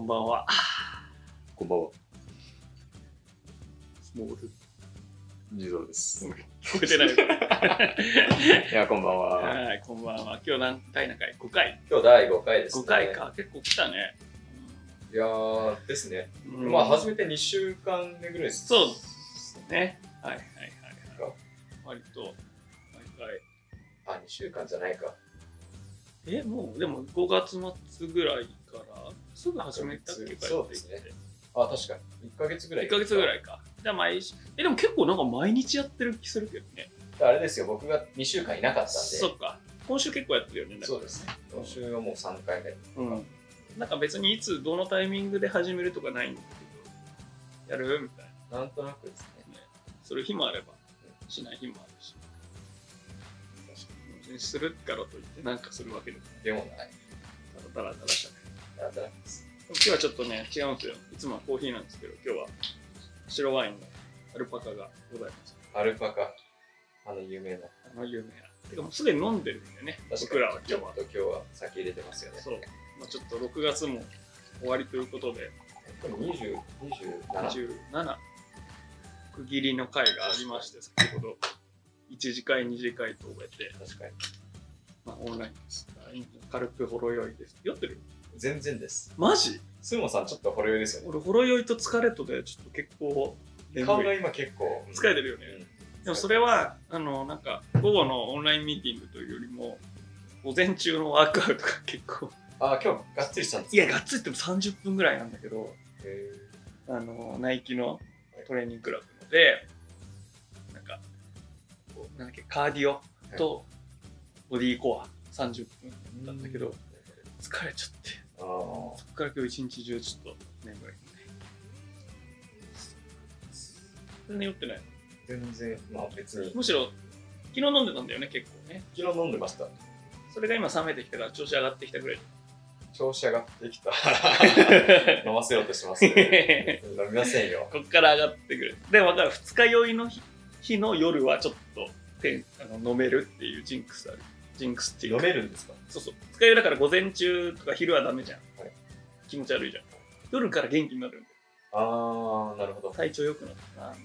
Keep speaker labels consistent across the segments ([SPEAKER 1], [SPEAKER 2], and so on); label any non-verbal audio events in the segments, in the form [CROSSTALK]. [SPEAKER 1] んばんは。
[SPEAKER 2] こんばんは。
[SPEAKER 1] もう、聞
[SPEAKER 2] 児童
[SPEAKER 1] [LAUGHS]
[SPEAKER 2] です。い
[SPEAKER 1] こえてない。
[SPEAKER 2] や、こんばんは。
[SPEAKER 1] はい、こんばんは。今日何回何回 ?5 回。
[SPEAKER 3] 今日第5回です、ね。
[SPEAKER 1] 5回。か。結構来たね。
[SPEAKER 3] いやー、ですね。
[SPEAKER 1] うん
[SPEAKER 3] まあ、初めて2週間目ぐらいです。
[SPEAKER 1] そうですね。はいはいはいはい。割と、毎回。
[SPEAKER 3] あ、2週間じゃないか。
[SPEAKER 1] え、もう、でも5月末ぐらいから、すぐ始めたっけか
[SPEAKER 3] そうですねあ、確かに。1ヶ月ぐらい。
[SPEAKER 1] 1ヶ月ぐら
[SPEAKER 3] い。
[SPEAKER 1] いか。じゃあ毎週。え、でも結構なんか毎日やってる気するけどね。
[SPEAKER 3] あれですよ、僕が2週間いなかったんで。
[SPEAKER 1] そっか。今週結構やってるよね。だから
[SPEAKER 3] そうですね。今週はもう3回目。
[SPEAKER 1] うん、なんか別にいつどのタイミングで始めるとかないんだけどやるみたいな
[SPEAKER 3] なんとなくですね。
[SPEAKER 1] する日もあればしない日もあるし別にするからといってなんかするわけでも
[SPEAKER 3] でもない。
[SPEAKER 1] ダラダラダラしゃべる
[SPEAKER 3] なんとなくです。
[SPEAKER 1] でも今日はちょっとね違うんですよいつもはコーヒーなんですけど今日は白ワインのアルパカがございます
[SPEAKER 3] アルパカ。あの、有名な。
[SPEAKER 1] あの有名なてかもうすでに飲んでるんだよね
[SPEAKER 3] 確か
[SPEAKER 1] 僕らは
[SPEAKER 3] に。ち
[SPEAKER 1] 今
[SPEAKER 3] ょ
[SPEAKER 1] 日は
[SPEAKER 3] っと今日は先入れてますよね。
[SPEAKER 1] そう、まあ、ちょっと6月も終わりということで
[SPEAKER 3] でも20、27。
[SPEAKER 1] 27区切りの回がありまして先ほど1次会2次会と終えて、
[SPEAKER 3] 確かに。
[SPEAKER 1] まあ、オンラインです軽くほろ酔いです酔ってる
[SPEAKER 3] 全然です。
[SPEAKER 1] マジ
[SPEAKER 3] スーモさん、ちょっとほろ酔いですよね。
[SPEAKER 1] 俺ほろ酔いと疲れとでちょっと結構眠い
[SPEAKER 3] 顔が今結構。
[SPEAKER 1] 疲れてるよね、
[SPEAKER 3] うん
[SPEAKER 1] でもそれはあのなんか午後のオンラインミーティングというよりも午前中のワークアウトが結構
[SPEAKER 3] あ、今日がっつりしたんです
[SPEAKER 1] いやがっついても30分ぐらいなんだけど
[SPEAKER 3] へー
[SPEAKER 1] あの、ナイキのトレーニングクラブので、なんか、こうなんだっけ、カーディオとボディーコア30分だったんだけど、疲れちゃって、
[SPEAKER 3] あー
[SPEAKER 1] そっから今日一日中ちょっと眠い。そんな酔ってない。
[SPEAKER 3] 全然、まあ別に。
[SPEAKER 1] むしろ、昨日飲んでたんだよね、結構ね。
[SPEAKER 3] 昨日飲んでました。
[SPEAKER 1] それが今冷めてきたから調子上がってきたぐらい。
[SPEAKER 3] 調子上がっ
[SPEAKER 1] [LAUGHS]
[SPEAKER 3] てきた。飲ませようとします、ね。飲みませんよ。
[SPEAKER 1] こっから上がってくる。で、わかる。二日酔いの日日の夜はちょっとテンあの飲めるっていうジンクスある。ジンクスっていう
[SPEAKER 3] 飲
[SPEAKER 1] か
[SPEAKER 3] めるんですか
[SPEAKER 1] そうそう。二日酔いだから午前中とか昼はダメじゃん。
[SPEAKER 3] はい
[SPEAKER 1] 気持ち悪いじゃん。夜から元気になるんで、
[SPEAKER 3] あー、なるほど。
[SPEAKER 1] 体調良くなったな、み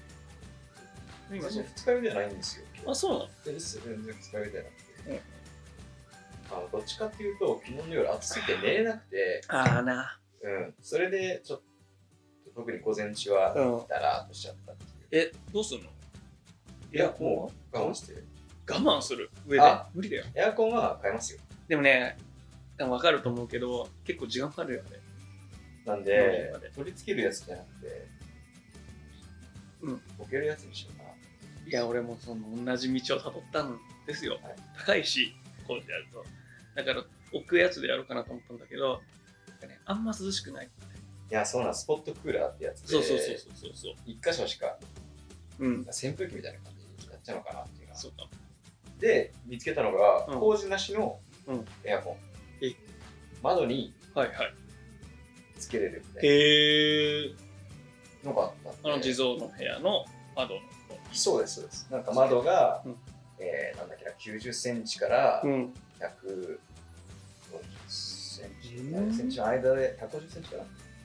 [SPEAKER 1] たいな。今そう。
[SPEAKER 3] 全然二日酔いじゃないんですよ。
[SPEAKER 1] あ、そうなの
[SPEAKER 3] 全然二日酔いじゃなく
[SPEAKER 1] うん
[SPEAKER 3] て。あのどっちかっていうと、昨日の夜暑すぎて寝れなくて、
[SPEAKER 1] ああな。
[SPEAKER 3] うん。それで、ちょっと、特に午前中は、
[SPEAKER 1] うん。
[SPEAKER 3] だらーっとしちゃったっていう。
[SPEAKER 1] え、どうすんの
[SPEAKER 3] いやも我慢してる。
[SPEAKER 1] う。我慢する。上で
[SPEAKER 3] あ。
[SPEAKER 1] 無理だよ。
[SPEAKER 3] エアコンは買えますよ。
[SPEAKER 1] でもね、多分わかると思うけど、結構時間かかるよね。
[SPEAKER 3] なん
[SPEAKER 1] う
[SPEAKER 3] で
[SPEAKER 1] ん、
[SPEAKER 3] 取り付けるやつじゃなくて、
[SPEAKER 1] うん。
[SPEAKER 3] ボケるやつにしようかな。
[SPEAKER 1] いや、俺もその同じ道を辿ったんですよ。
[SPEAKER 3] はい
[SPEAKER 1] 高いし、こうやってやると。だから、置くやつでやろうかなと思ったんだけど、なんかね、あんま涼しくない。
[SPEAKER 3] いや、そうなん、スポットクーラーってやつで、
[SPEAKER 1] そうそうそうそうそうそう。
[SPEAKER 3] 一箇所しか
[SPEAKER 1] うん。
[SPEAKER 3] 扇風機みたいな感じになっちゃうのかなっていうのは
[SPEAKER 1] そうか。
[SPEAKER 3] で、見つけたのが、
[SPEAKER 1] うん
[SPEAKER 3] 工事なしの
[SPEAKER 1] うん
[SPEAKER 3] エアコン。
[SPEAKER 1] え
[SPEAKER 3] 窓に
[SPEAKER 1] はいはい。
[SPEAKER 3] つけれるみたい
[SPEAKER 1] へえ。
[SPEAKER 3] なのがあった
[SPEAKER 1] あ
[SPEAKER 3] んで。
[SPEAKER 1] の地蔵の部屋の窓の。
[SPEAKER 3] そうです、そうです。なんか窓が、
[SPEAKER 1] うん
[SPEAKER 3] えーなんだっけな、90センチから
[SPEAKER 1] ん。
[SPEAKER 3] 150センチ、
[SPEAKER 1] うん
[SPEAKER 3] 100センチの間で、150センチかな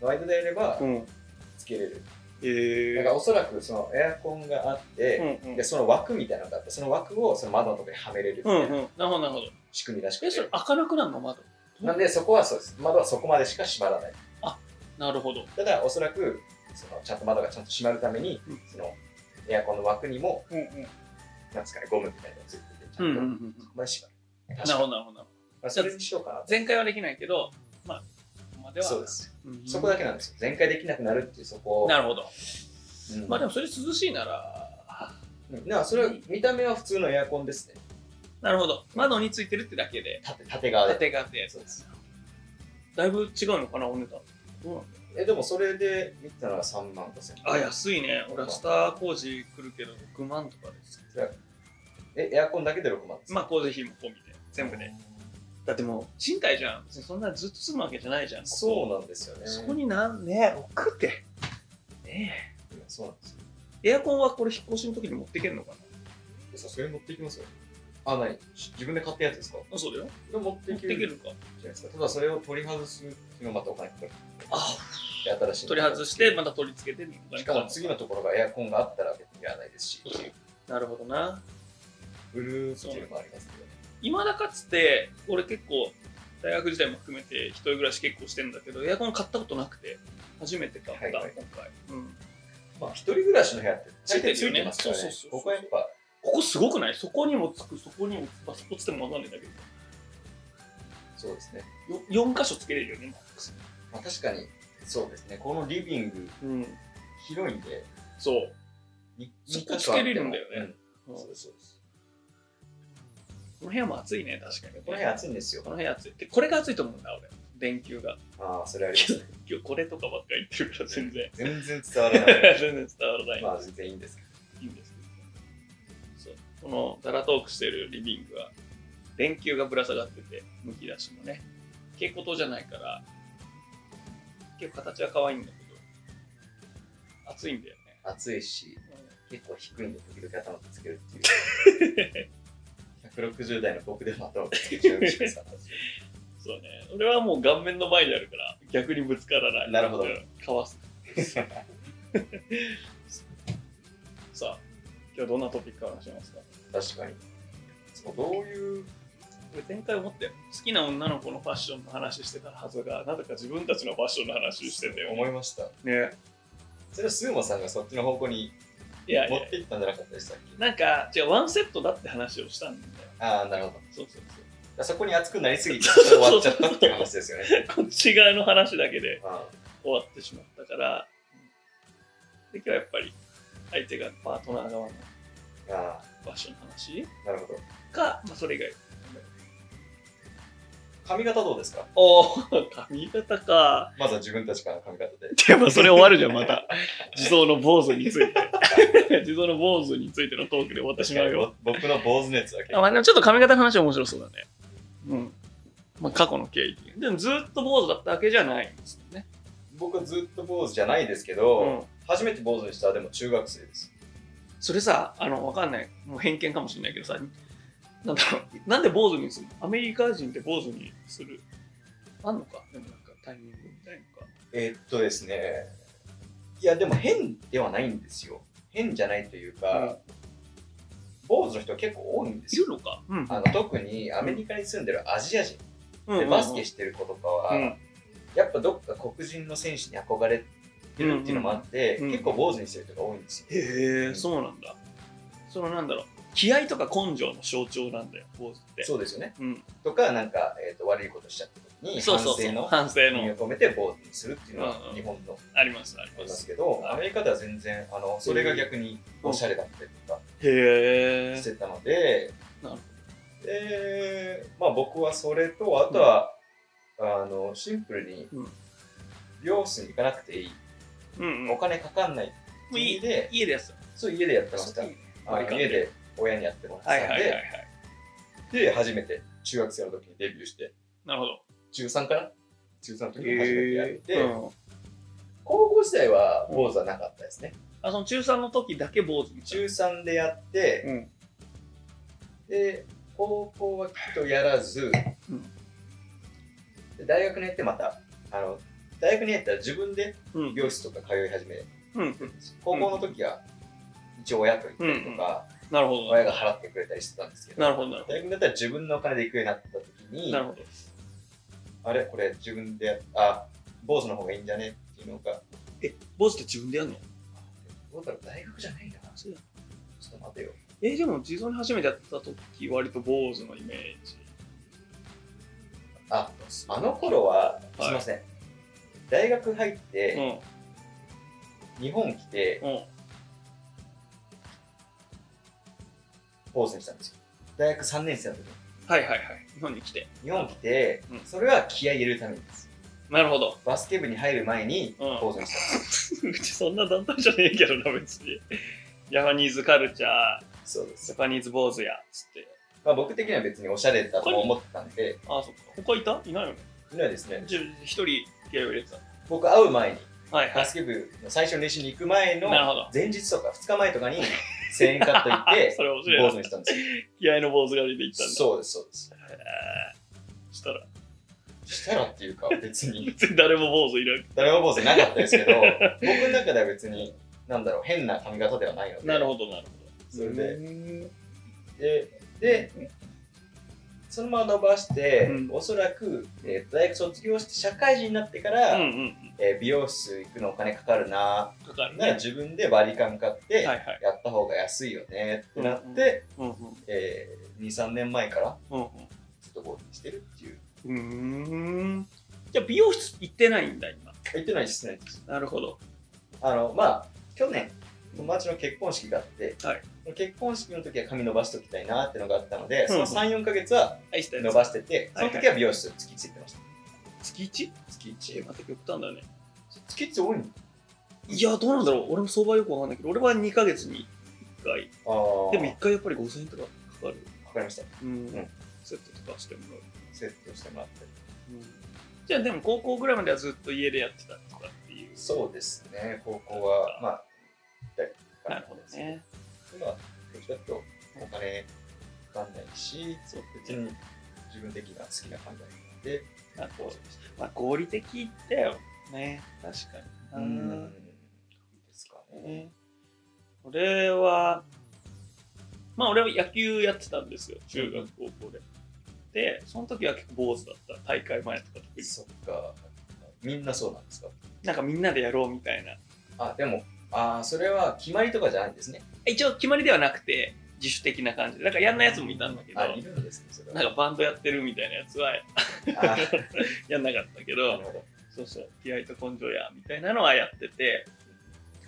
[SPEAKER 3] の間でやれば、
[SPEAKER 1] ん。
[SPEAKER 3] つけれる。
[SPEAKER 1] へ
[SPEAKER 3] だからおそらくそのエアコンがあって、
[SPEAKER 1] うんうん
[SPEAKER 3] でその枠みたいなのがあってその枠をその窓のとこにはめれ
[SPEAKER 1] う
[SPEAKER 3] るみたい
[SPEAKER 1] ん
[SPEAKER 3] な
[SPEAKER 1] うん。なるほどなるほど。
[SPEAKER 3] 仕組みらしく
[SPEAKER 1] え、そ
[SPEAKER 3] て
[SPEAKER 1] れ、開かなくなるの窓。
[SPEAKER 3] なんでそこはそうです窓はそこまでしか閉まらない
[SPEAKER 1] なるほど。
[SPEAKER 3] ただおそらくそのちゃんと窓がちゃんと閉まるために、
[SPEAKER 1] うん
[SPEAKER 3] そのエアコンの枠にも
[SPEAKER 1] うんうん。
[SPEAKER 3] なんですかねゴムみたいなのついててちゃ
[SPEAKER 1] うん
[SPEAKER 3] ん
[SPEAKER 1] う
[SPEAKER 3] と、
[SPEAKER 1] んうん。
[SPEAKER 3] まあ、閉まる
[SPEAKER 1] なるほどなるほど。
[SPEAKER 3] まあ、それにしようかな
[SPEAKER 1] 前回はできないけど、まあ、ここまでは。
[SPEAKER 3] そうです、
[SPEAKER 1] うんうん
[SPEAKER 3] そこだけなんですよ全開できなくなるっていうそこ
[SPEAKER 1] なるほど。
[SPEAKER 3] うん
[SPEAKER 1] まあでもそれ涼しいなら、
[SPEAKER 3] うんなそれは見た目は普通のエアコンですね
[SPEAKER 1] なるほど。窓についてるってだけで、
[SPEAKER 3] 縦縦側で
[SPEAKER 1] 縦があって、
[SPEAKER 3] そうです
[SPEAKER 1] だいぶ違うのかな、お値段。うん
[SPEAKER 3] えでもそれで見てたのが3万5千
[SPEAKER 1] あ、安いね。俺、明日工事来るけど、6万とかです。
[SPEAKER 3] えエアコンだけで6万です
[SPEAKER 1] まあ、工事費も込みで、全部で。だってもう、賃貸じゃん。別にそんなずっと住むわけじゃないじゃん。
[SPEAKER 3] そう
[SPEAKER 1] う
[SPEAKER 3] なんですよね。
[SPEAKER 1] そこになんね、置くって。ね
[SPEAKER 3] うんそうなんですよ。
[SPEAKER 1] えエアコンはこれ、引っ越しの時に持ってけんのかな
[SPEAKER 3] でさすがに持っていきますよ。あ、ない。自分で買ったやつですか
[SPEAKER 1] あ、そうだよ。
[SPEAKER 3] でも持って
[SPEAKER 1] で
[SPEAKER 3] い
[SPEAKER 1] き
[SPEAKER 3] けるじ
[SPEAKER 1] るか。
[SPEAKER 3] ゃないですか。ただそれを取り外すのまたお金かかる。
[SPEAKER 1] あ
[SPEAKER 3] で新しいの
[SPEAKER 1] 取り外して、また取り付けて、
[SPEAKER 3] しかも次のところがエアコンがあったら別にいらないですし、
[SPEAKER 1] なるほどな。
[SPEAKER 3] ブルーっていうのもありますけど、
[SPEAKER 1] 今だかつて、俺結構、大学時代も含めて一人暮らし結構してんだけど、エアコン買ったことなくて、初めて買った、
[SPEAKER 3] はいはい
[SPEAKER 1] 今回。うん。
[SPEAKER 3] まあ一人暮らしの部屋って
[SPEAKER 1] ついてるよね
[SPEAKER 3] 大体ついてますから
[SPEAKER 1] そう
[SPEAKER 3] ね
[SPEAKER 1] そうそう。
[SPEAKER 3] ここはやっぱ
[SPEAKER 1] ここすごくないそこにもつく、そこにもつく、あそこつってもわかんないんだけ
[SPEAKER 3] そうですね。
[SPEAKER 1] ど、よ4箇所つけれるよね、マックス
[SPEAKER 3] まあ確かにそうですね。このリビング
[SPEAKER 1] うん。
[SPEAKER 3] 広いんで、
[SPEAKER 1] そう。
[SPEAKER 3] に
[SPEAKER 1] そこ
[SPEAKER 3] 二箇所あ
[SPEAKER 1] つ
[SPEAKER 3] っても
[SPEAKER 1] けれるんだよね。
[SPEAKER 3] う
[SPEAKER 1] うんん
[SPEAKER 3] そうですそうです。
[SPEAKER 1] この部屋も暑いね、確かに。
[SPEAKER 3] この部屋暑いんですよ
[SPEAKER 1] こ。の部屋暑い。で、これが暑いと思うんだ、俺。電球が。
[SPEAKER 3] ああ、それあり [LAUGHS] ますね。
[SPEAKER 1] 今日これとかばっかり言ってるから、全然。
[SPEAKER 3] 全然伝わらな
[SPEAKER 1] [LAUGHS]
[SPEAKER 3] い。
[SPEAKER 1] 全然伝わらない。
[SPEAKER 3] まあ全然いいんですけ
[SPEAKER 1] いいんですけどそうこのダラトークしてるリビングは電球がぶら下がっててむき出しもね蛍光灯じゃないから結構形は可愛いんだけど暑いんだよ
[SPEAKER 3] ど。暑いし、
[SPEAKER 1] ね
[SPEAKER 3] 結構低いんで時々頭をつけるっていう。160代の僕でも頭をつけちゃう [LAUGHS] しかさ。
[SPEAKER 1] そうね俺はもう顔面の前にあるから逆にぶつからない
[SPEAKER 3] なるほど
[SPEAKER 1] うんかわすさあ今日はどんなトピック話しますか
[SPEAKER 3] 確かに。そうどういう、
[SPEAKER 1] 俺前回思ったよ好きな女の子のファッションの話してたはずがなぜか自分たちのファッションの話してんだよ
[SPEAKER 3] 思いました。
[SPEAKER 1] ね
[SPEAKER 3] それはスーモさんがそっちの方向に
[SPEAKER 1] いやい
[SPEAKER 3] 持
[SPEAKER 1] や
[SPEAKER 3] っていったんじゃなかったでしたっけ
[SPEAKER 1] なんかじゃあワンセットだって話をしたんだよ
[SPEAKER 3] ああ、なるほど。
[SPEAKER 1] そうそうそ
[SPEAKER 3] あそこに熱くなりすぎて、それで終わっちゃったっていう話ですよね。 [LAUGHS]
[SPEAKER 1] うこっち側の話だけで
[SPEAKER 3] あ
[SPEAKER 1] 終わってしまったからで今日はやっぱり相手がパートナー側の
[SPEAKER 3] ああ
[SPEAKER 1] ファッションの話
[SPEAKER 3] あ、なるほど。
[SPEAKER 1] か、まあ、それ以外
[SPEAKER 3] 髪型どうですか
[SPEAKER 1] おお髪型か
[SPEAKER 3] まずは自分たちからの髪型で。
[SPEAKER 1] [LAUGHS] でもそれ終わるじゃんまた地蔵の坊主について [LAUGHS] 地蔵の坊主についてのトークで終わってしまうよ
[SPEAKER 3] ぼ僕の坊主熱だけ
[SPEAKER 1] あ、まあ、でもちょっと髪型の話は面白そうだね。うん。まあ、過去の経緯。でもずっと坊主だったわけじゃないんですよね。
[SPEAKER 3] 僕はずっと坊主じゃないですけど、
[SPEAKER 1] うん。
[SPEAKER 3] 初めて坊主にしたのはでも中学生です。
[SPEAKER 1] それさ、あの、わかんない。もう偏見かもしれないけどさ、なんだろう。なんで坊主にするのアメリカ人って坊主にする。あんのかでもなんかタイミングみたいのか。
[SPEAKER 3] えーっとですね、いやでも変ではないんですよ。変じゃないというか、
[SPEAKER 1] うん
[SPEAKER 3] 坊主の人は結構多いんです
[SPEAKER 1] いる
[SPEAKER 3] よ。
[SPEAKER 1] のかうん。
[SPEAKER 3] あの特にアメリカに住んでるアジア人
[SPEAKER 1] うん
[SPEAKER 3] でバスケ
[SPEAKER 1] し
[SPEAKER 3] してる子とかは、
[SPEAKER 1] た。うん。
[SPEAKER 3] やっぱどっか黒人の選手に憧れてるっていうのもあって、
[SPEAKER 1] うんうん
[SPEAKER 3] 結構坊主にしてる人が多いんですよ。
[SPEAKER 1] へえ、そうなんだ。そのなんだろう。気合とか根性の象徴なんだよ、坊主って。
[SPEAKER 3] そうですよね。
[SPEAKER 1] う。ん。
[SPEAKER 3] とか、なんか、えー、と悪いことしちゃった時に
[SPEAKER 1] そう
[SPEAKER 3] 反
[SPEAKER 1] そうそ
[SPEAKER 3] 省
[SPEAKER 1] う。
[SPEAKER 3] の
[SPEAKER 1] 反省
[SPEAKER 3] 意味
[SPEAKER 1] の。
[SPEAKER 3] を込めて坊主にするっていうの
[SPEAKER 1] うんう
[SPEAKER 3] は
[SPEAKER 1] ん
[SPEAKER 3] 日本の
[SPEAKER 1] あります、あり
[SPEAKER 3] あ
[SPEAKER 1] ま
[SPEAKER 3] ります
[SPEAKER 1] す。
[SPEAKER 3] けど、アメリカでは全然あのそれが逆におしゃれだったりとか
[SPEAKER 1] へえ
[SPEAKER 3] し。てたので、
[SPEAKER 1] なるほ
[SPEAKER 3] でまあ、僕はそれとあとは、あのシンプルに
[SPEAKER 1] うん
[SPEAKER 3] 美容室に行かなくていい、
[SPEAKER 1] うん、
[SPEAKER 3] お金かかんないっていう意味で
[SPEAKER 1] 家でやって
[SPEAKER 3] そう家でやって
[SPEAKER 1] た
[SPEAKER 3] ました
[SPEAKER 1] いいね
[SPEAKER 3] あの家で親にやってもらってた
[SPEAKER 1] はいはい
[SPEAKER 3] んで、
[SPEAKER 1] はいはい
[SPEAKER 3] で初めて中学生の時にデビューして
[SPEAKER 1] なるほど
[SPEAKER 3] 中3かな中3の時に初めてやっ
[SPEAKER 1] へ
[SPEAKER 3] て、
[SPEAKER 1] えうん
[SPEAKER 3] 高校時代は坊主はなかったですね、
[SPEAKER 1] あその中3の時だけ坊主に
[SPEAKER 3] 中3でやって、
[SPEAKER 1] うん
[SPEAKER 3] で高校はきっとやらず、
[SPEAKER 1] うん
[SPEAKER 3] で大学に行ってまたあの大学に行ったら自分で
[SPEAKER 1] うん
[SPEAKER 3] 美容室とか通い始め
[SPEAKER 1] うん
[SPEAKER 3] 高校の時は一応親と行ったりとか、
[SPEAKER 1] なるほど
[SPEAKER 3] 親が払ってくれたりしてたんですけど
[SPEAKER 1] なるほどなるほ
[SPEAKER 3] 大学になったら自分のお金で行くようになった時
[SPEAKER 1] ど
[SPEAKER 3] に
[SPEAKER 1] なるほど
[SPEAKER 3] あれこれ自分であ坊主の方がいいんじゃねっていうのが
[SPEAKER 1] 坊主って自分でやるの
[SPEAKER 3] どうだろう大学じゃないな
[SPEAKER 1] そうだ
[SPEAKER 3] ちょっと待てよ
[SPEAKER 1] えでも地蔵に初めてやった時割と坊主のイメージ
[SPEAKER 3] ああの頃はすいません、大学入っ
[SPEAKER 1] う
[SPEAKER 3] て、
[SPEAKER 1] ん
[SPEAKER 3] 日本来て
[SPEAKER 1] うん
[SPEAKER 3] 坊主にしたんですよ大学3年生の時に
[SPEAKER 1] はいはいはい日本に来て
[SPEAKER 3] 日本来て、
[SPEAKER 1] うん
[SPEAKER 3] それは気合い入れるためにです
[SPEAKER 1] なるほど [LAUGHS]
[SPEAKER 3] バスケ部に入る前に
[SPEAKER 1] うん
[SPEAKER 3] 坊主にしたんです、
[SPEAKER 1] うちそんな団体じゃねえけどな別にジャパニーズカルチャー
[SPEAKER 3] そうで
[SPEAKER 1] ジャ
[SPEAKER 3] す、
[SPEAKER 1] パニーズ坊主やつって
[SPEAKER 3] まあ、僕的には別におしゃれだとも思ってたんで
[SPEAKER 1] あそっか他いたいないよね
[SPEAKER 3] 今はですね
[SPEAKER 1] じゃあ一人気合を入れてた
[SPEAKER 3] 僕会う前に
[SPEAKER 1] はいは
[SPEAKER 3] バ
[SPEAKER 1] い
[SPEAKER 3] スケ部の最初の練習に行く前の
[SPEAKER 1] なるほど
[SPEAKER 3] 前日とか2日前とかに1000円カット行って
[SPEAKER 1] [LAUGHS] そ、れ面白い
[SPEAKER 3] 坊
[SPEAKER 1] な
[SPEAKER 3] 主にしたんですよ。
[SPEAKER 1] 気合の坊主が出ていったんだ
[SPEAKER 3] そうです、そうです。
[SPEAKER 1] そしたら
[SPEAKER 3] したらっていうか、別に、
[SPEAKER 1] 別に誰も坊主いなく
[SPEAKER 3] 誰も坊主なかったですけど、僕の中では別に、なんだろう、変な髪型ではないので。
[SPEAKER 1] なるほどなるほど
[SPEAKER 3] それで
[SPEAKER 1] うん
[SPEAKER 3] で、で、そのまま伸ばして、
[SPEAKER 1] うん
[SPEAKER 3] おそらく、えー大学卒業して社会人になってか
[SPEAKER 1] う
[SPEAKER 3] ら、
[SPEAKER 1] んうん
[SPEAKER 3] えー美容室行くのお金かかるな
[SPEAKER 1] かかる
[SPEAKER 3] なら
[SPEAKER 1] ね
[SPEAKER 3] 自分でバリカン買って、
[SPEAKER 1] はいはい
[SPEAKER 3] やった方が安いよねってなって、
[SPEAKER 1] うんうんうん
[SPEAKER 3] えー、23年前から
[SPEAKER 1] うん
[SPEAKER 3] ずっとこうしてるっていう
[SPEAKER 1] うんうーんじゃあ美容室行ってないんだ今
[SPEAKER 3] 言ってないですね
[SPEAKER 1] なるほど
[SPEAKER 3] あのまあ去年友達の結婚式があって、
[SPEAKER 1] はい
[SPEAKER 3] 結婚式の時は髪伸ばしておきたいなってのがあったので、
[SPEAKER 1] うんうん
[SPEAKER 3] その34か月は
[SPEAKER 1] 愛した
[SPEAKER 3] 伸
[SPEAKER 1] や
[SPEAKER 3] ばしててそ
[SPEAKER 1] はいは
[SPEAKER 3] の
[SPEAKER 1] い
[SPEAKER 3] 時は美容室月1行ってました、
[SPEAKER 1] つ月 1?
[SPEAKER 3] 月
[SPEAKER 1] え
[SPEAKER 3] 1
[SPEAKER 1] また極端だね
[SPEAKER 3] 月1多いの
[SPEAKER 1] いやどうなんだろう俺も相場よくわかんないけど俺は2ヶ月に1回
[SPEAKER 3] あ
[SPEAKER 1] でも1回やっぱり5000円とかかかる
[SPEAKER 3] 分かりました
[SPEAKER 1] うん
[SPEAKER 3] ん
[SPEAKER 1] セットとかしてもらう
[SPEAKER 3] セットしてもらって
[SPEAKER 1] じゃあでも高校ぐらいまではずっと家でやってたとかっていう
[SPEAKER 3] そうですね高校はまあ行ったり
[SPEAKER 1] なるほどね
[SPEAKER 3] まあ、ちょっとお金かかんないし、そう別に自分的な好きな考えで、
[SPEAKER 1] なんか
[SPEAKER 3] こ
[SPEAKER 1] こ
[SPEAKER 3] うして
[SPEAKER 1] うまあ合理的だよね確か
[SPEAKER 3] う
[SPEAKER 1] に
[SPEAKER 3] ん、
[SPEAKER 1] ない
[SPEAKER 3] いですかね。
[SPEAKER 1] ね俺はまあ俺は野球やってたんですよ中学高校ででその時は結構坊主だった大会前とか特に
[SPEAKER 3] そっか、みんなそうなんですか。
[SPEAKER 1] なんかみんなでやろうみたいな
[SPEAKER 3] あ、でも、あーそれは決まりとかじゃないんですね。
[SPEAKER 1] 一応決まりではなくて自主的な感じでなんかやんないやつもいたんだけど
[SPEAKER 3] あ、いるんですね、それ
[SPEAKER 1] なん
[SPEAKER 3] は。
[SPEAKER 1] かバンドやってるみたいなやつは
[SPEAKER 3] あー
[SPEAKER 1] やんなかったけ
[SPEAKER 3] な
[SPEAKER 1] ど
[SPEAKER 3] るほど。
[SPEAKER 1] そうそう、気合と根性や、みたいなのはやってて、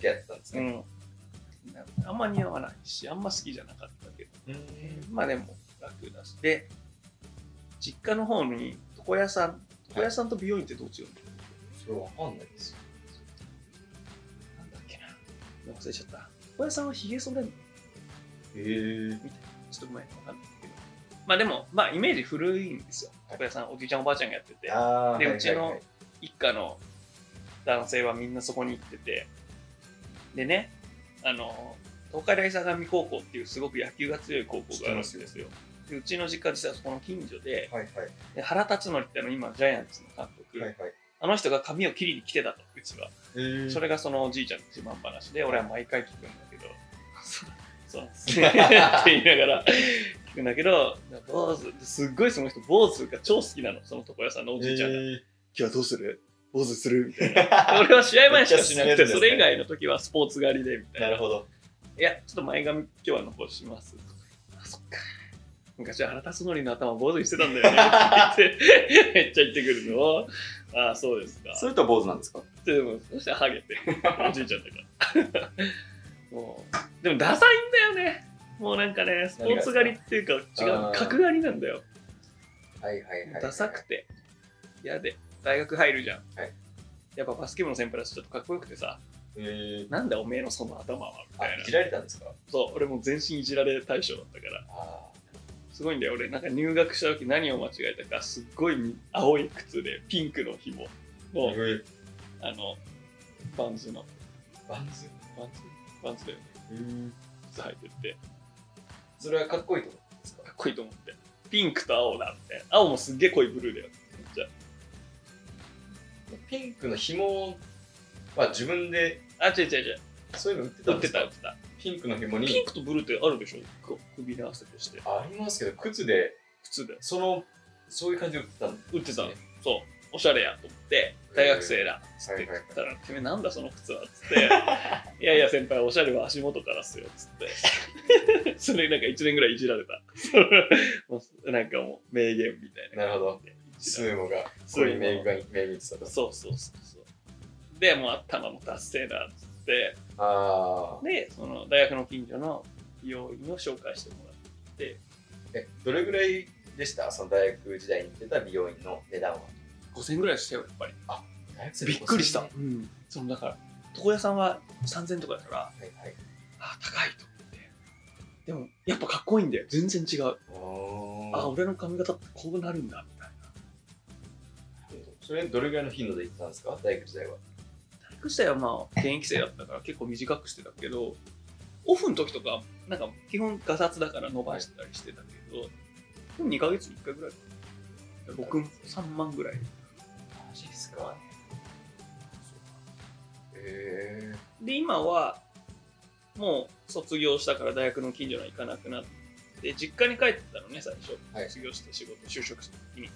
[SPEAKER 3] 付き合ってたんですね。
[SPEAKER 1] ん。あんま似合わないし、あんま好きじゃなかったけど、
[SPEAKER 3] うん
[SPEAKER 1] まあでも楽だし。で、実家の方に床屋さん、床屋さんと美容院ってどっちよ、
[SPEAKER 3] それわかんないですよ。
[SPEAKER 1] なんだっけな。忘れちゃった。床屋さんは髭剃れんの
[SPEAKER 3] へえ。
[SPEAKER 1] ちょっとごめん、わかんないけど。まあでも、まあイメージ古いんですよ。
[SPEAKER 3] はい
[SPEAKER 1] 床屋さん、おじいちゃんおばあちゃんがやってて、
[SPEAKER 3] あー
[SPEAKER 1] で
[SPEAKER 3] はいう
[SPEAKER 1] ちの
[SPEAKER 3] はいはい
[SPEAKER 1] 一家の男性はみんなそこに行ってて、でね、あの、東海大相模高校っていうすごく野球が強い高校があるんですよ。
[SPEAKER 3] 知って
[SPEAKER 1] でうちの実家実はそこの近所で、
[SPEAKER 3] はいはい
[SPEAKER 1] で原辰徳ってあの今ジャイアンツの監督、
[SPEAKER 3] はいはい。
[SPEAKER 1] あの人が髪を切りに来てたと、うちは。
[SPEAKER 3] えー [LAUGHS]
[SPEAKER 1] それがそのおじいちゃんの自慢話で、俺は毎回聞くんだけ [LAUGHS] ど、そうそうなんですねって言いながら聞くんだけど、坊主、すっごいその人、坊主が超好きなの、その床屋さんのおじいちゃんが。
[SPEAKER 3] え
[SPEAKER 1] 今日はどうする坊主するみたいな。[LAUGHS]
[SPEAKER 3] ー
[SPEAKER 1] 俺は試合前しかしな
[SPEAKER 3] め
[SPEAKER 1] く
[SPEAKER 3] っちゃ
[SPEAKER 1] て、
[SPEAKER 3] 進
[SPEAKER 1] そ
[SPEAKER 3] め
[SPEAKER 1] れ
[SPEAKER 3] るんですね
[SPEAKER 1] 以外の時はスポーツ狩りでみたいな。
[SPEAKER 3] なる [LAUGHS] ほど。
[SPEAKER 1] いや、ちょっと前髪今日は残します。あ、そっか。昔は原辰徳の頭を坊主にしてたんだよねって言って。めっちゃ言ってくるのを。ああ、そうですか。
[SPEAKER 2] それと坊主なんですか
[SPEAKER 1] でも、そしたらハゲ
[SPEAKER 3] [LAUGHS]
[SPEAKER 1] て。おじいちゃんだから。もう、でもダサいんだよね。もうなんかね、スポーツ狩りっていうか、違
[SPEAKER 3] 何が
[SPEAKER 1] う、
[SPEAKER 3] ですか
[SPEAKER 1] 角刈りなんだよ。
[SPEAKER 3] はいはいはいはい。
[SPEAKER 1] ダサくて。嫌で。大学入るじゃん。
[SPEAKER 3] はい
[SPEAKER 1] やっぱバスケ部の先輩だしちょっとかっこよくてさ、
[SPEAKER 3] えー
[SPEAKER 1] なんだおめえのその頭はみ
[SPEAKER 3] あ
[SPEAKER 1] たいな。
[SPEAKER 3] いじられたんですか
[SPEAKER 1] そう、俺もう全身いじられ対象だったから。
[SPEAKER 3] あ
[SPEAKER 1] すごいんだよ俺なんか入学した時何を間違えたかすっごい青い靴でピンクの紐
[SPEAKER 3] あ
[SPEAKER 1] のあのバンズの
[SPEAKER 3] バンズ
[SPEAKER 1] バンズバンズだよね靴履いてって
[SPEAKER 3] それはかっこいいと思うんですか
[SPEAKER 1] かっこいいと思ってピンクと青だって青もすっげえ濃いブルーだよめっちゃ
[SPEAKER 3] ピンクの紐は自分で
[SPEAKER 1] あ違う違う違う
[SPEAKER 3] そういうの売ってた
[SPEAKER 1] 売
[SPEAKER 3] ん
[SPEAKER 1] って
[SPEAKER 3] ですか
[SPEAKER 1] た売ってた
[SPEAKER 3] ピンクの紐
[SPEAKER 1] ピン
[SPEAKER 3] に
[SPEAKER 1] クとブルーってあるでしょこう組み合わせとして
[SPEAKER 3] ありますけど靴で
[SPEAKER 1] 靴で
[SPEAKER 3] そのそういう感じで売ってたんで
[SPEAKER 1] 売ってたの
[SPEAKER 3] ね
[SPEAKER 1] そうおしゃれやと思って大学生だつって
[SPEAKER 3] はいはいはい
[SPEAKER 1] 言ったら「てめえなんだその靴は」
[SPEAKER 3] [LAUGHS]
[SPEAKER 1] つって「いやいや先輩おしゃれは足元からっすよ」つって [LAUGHS] それなんか1年ぐらいいじられた [LAUGHS] もうなんかもう名言みたいな
[SPEAKER 3] なるほど
[SPEAKER 1] い
[SPEAKER 3] ス
[SPEAKER 1] じら
[SPEAKER 3] ーモが
[SPEAKER 1] ス
[SPEAKER 3] こ
[SPEAKER 1] ーモ
[SPEAKER 3] ういう名義が名義ってた
[SPEAKER 1] れ
[SPEAKER 3] と
[SPEAKER 1] そうそうそうそうでもう頭も達成だっつって
[SPEAKER 3] ああ
[SPEAKER 1] でその大学の近所の美容院を紹介してもらって
[SPEAKER 3] えどれぐらいでしたその大学時代に行ってた美容院の値段は
[SPEAKER 1] 5000円ぐらいしたよやっぱり
[SPEAKER 3] 大学生
[SPEAKER 1] びっくりした、
[SPEAKER 3] は
[SPEAKER 1] うん、そのだから床屋さんは3000とかだから
[SPEAKER 3] いはい
[SPEAKER 1] あ高いと思ってでもやっぱかっこいいんだよ全然違う、あ
[SPEAKER 3] あ
[SPEAKER 1] 俺の髪型ってこうなるんだみたいな
[SPEAKER 3] それどれぐらいの頻度で行ってたんですか大学時代は
[SPEAKER 1] 大学時代はまあ現役生だったから結構短くしてたけどオフの時とかなんか基本ガサツだから伸ばしたりしてたけど、でも2ヶ月に1回ぐらい。僕も3万ぐらい。
[SPEAKER 3] マジですかえ
[SPEAKER 1] で、今は、もう卒業したから大学の近所には行かなくなって、実家に帰ってたのね、最初。
[SPEAKER 3] はい
[SPEAKER 1] 卒業して仕事、就職した時に。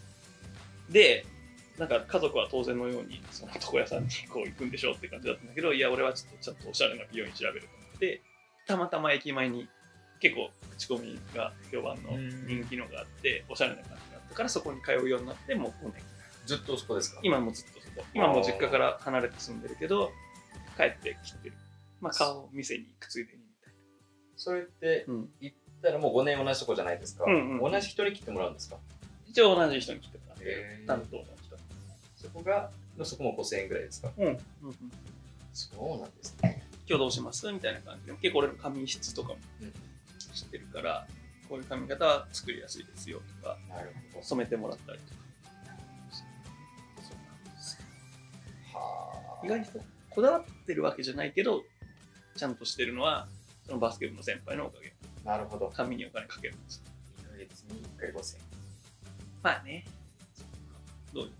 [SPEAKER 1] で、なんか家族は当然のように、その床屋さんにこう行くんでしょうって感じだったんだけど、いや、俺はちょっとちゃんとおしゃれな美容院調べると思って、たまたま駅前に結構口コミが評判の
[SPEAKER 3] うん
[SPEAKER 1] 人気のがあって、おしゃれな感じだったから、そこに通うようになって、もう5年。
[SPEAKER 3] ー、ずっとそこですか
[SPEAKER 1] 今もずっとそこ今も実家から離れて住んでるけど帰ってきてるまあ顔を店に行くついでにみたい
[SPEAKER 3] それって
[SPEAKER 1] な、うん、
[SPEAKER 3] 行ったらもう5年同じとこじゃないですか、
[SPEAKER 1] うんうん
[SPEAKER 3] 同じ人に切ってもらうんですか
[SPEAKER 1] 一応同じ人に来てもらってる
[SPEAKER 3] へー
[SPEAKER 1] 担当の人
[SPEAKER 3] そこがそこも5000円ぐらいですか
[SPEAKER 1] うん、うんうん、
[SPEAKER 3] そうなんですね、
[SPEAKER 1] 今日どうしますみたいな感じで結構俺の髪質とかも
[SPEAKER 3] うん
[SPEAKER 1] 知ってるからこういう髪型は作りやすいですよとか
[SPEAKER 3] なるほ
[SPEAKER 1] 染めてもらったりとか
[SPEAKER 3] どはあ
[SPEAKER 1] 意外とこだわってるわけじゃないけどちゃんとしてるのはそのバスケ部の先輩のおかげ
[SPEAKER 3] なるほど
[SPEAKER 1] 髪にお金かけるんです
[SPEAKER 3] 2ヶ月に1回5000円
[SPEAKER 1] まあねどう
[SPEAKER 3] い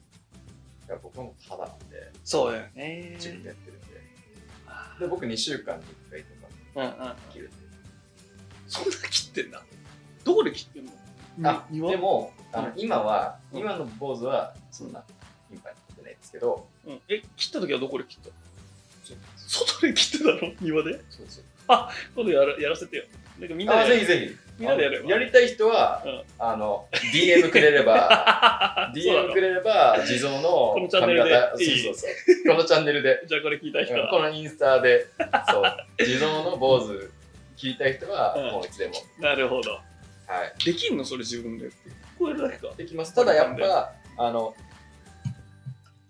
[SPEAKER 3] や僕はもう肌なんで
[SPEAKER 1] そうよね
[SPEAKER 3] 自分でやってるんでで僕2週間に1回とか
[SPEAKER 1] うんうんうん
[SPEAKER 3] 切るんで
[SPEAKER 1] そんな切ってんだどこで切ってんの
[SPEAKER 3] あで
[SPEAKER 1] 庭
[SPEAKER 3] もあの、
[SPEAKER 1] うん
[SPEAKER 3] 今は、
[SPEAKER 1] うん
[SPEAKER 3] 今の坊主はそんな頻繁に切ってないですけど、
[SPEAKER 1] うん、え切った時はどこで切った
[SPEAKER 3] そうです
[SPEAKER 1] 外で切ってたの庭で
[SPEAKER 3] そうです
[SPEAKER 1] [LAUGHS] 今度やらやらせてよなんかみんな
[SPEAKER 3] あ
[SPEAKER 1] で
[SPEAKER 3] ぜひぜひ
[SPEAKER 1] みんなでやれば
[SPEAKER 3] あのやりたい人は、
[SPEAKER 1] うん
[SPEAKER 3] あの DM くれれば
[SPEAKER 1] そうな
[SPEAKER 3] DM
[SPEAKER 1] の
[SPEAKER 3] くれれば地蔵の
[SPEAKER 1] このチャンネ
[SPEAKER 3] 髪
[SPEAKER 1] ルで
[SPEAKER 3] 型
[SPEAKER 1] いい
[SPEAKER 3] そうそうそうこのチャンネルで、
[SPEAKER 1] じゃあこれ聞いた人
[SPEAKER 3] うん
[SPEAKER 1] は、
[SPEAKER 3] このインスタでそう地蔵の坊主聞いた人は、
[SPEAKER 1] うん
[SPEAKER 3] もういつでも、
[SPEAKER 1] なるほど
[SPEAKER 3] はい、
[SPEAKER 1] できんのそれ自分でこれだけか
[SPEAKER 3] できますただやっぱあの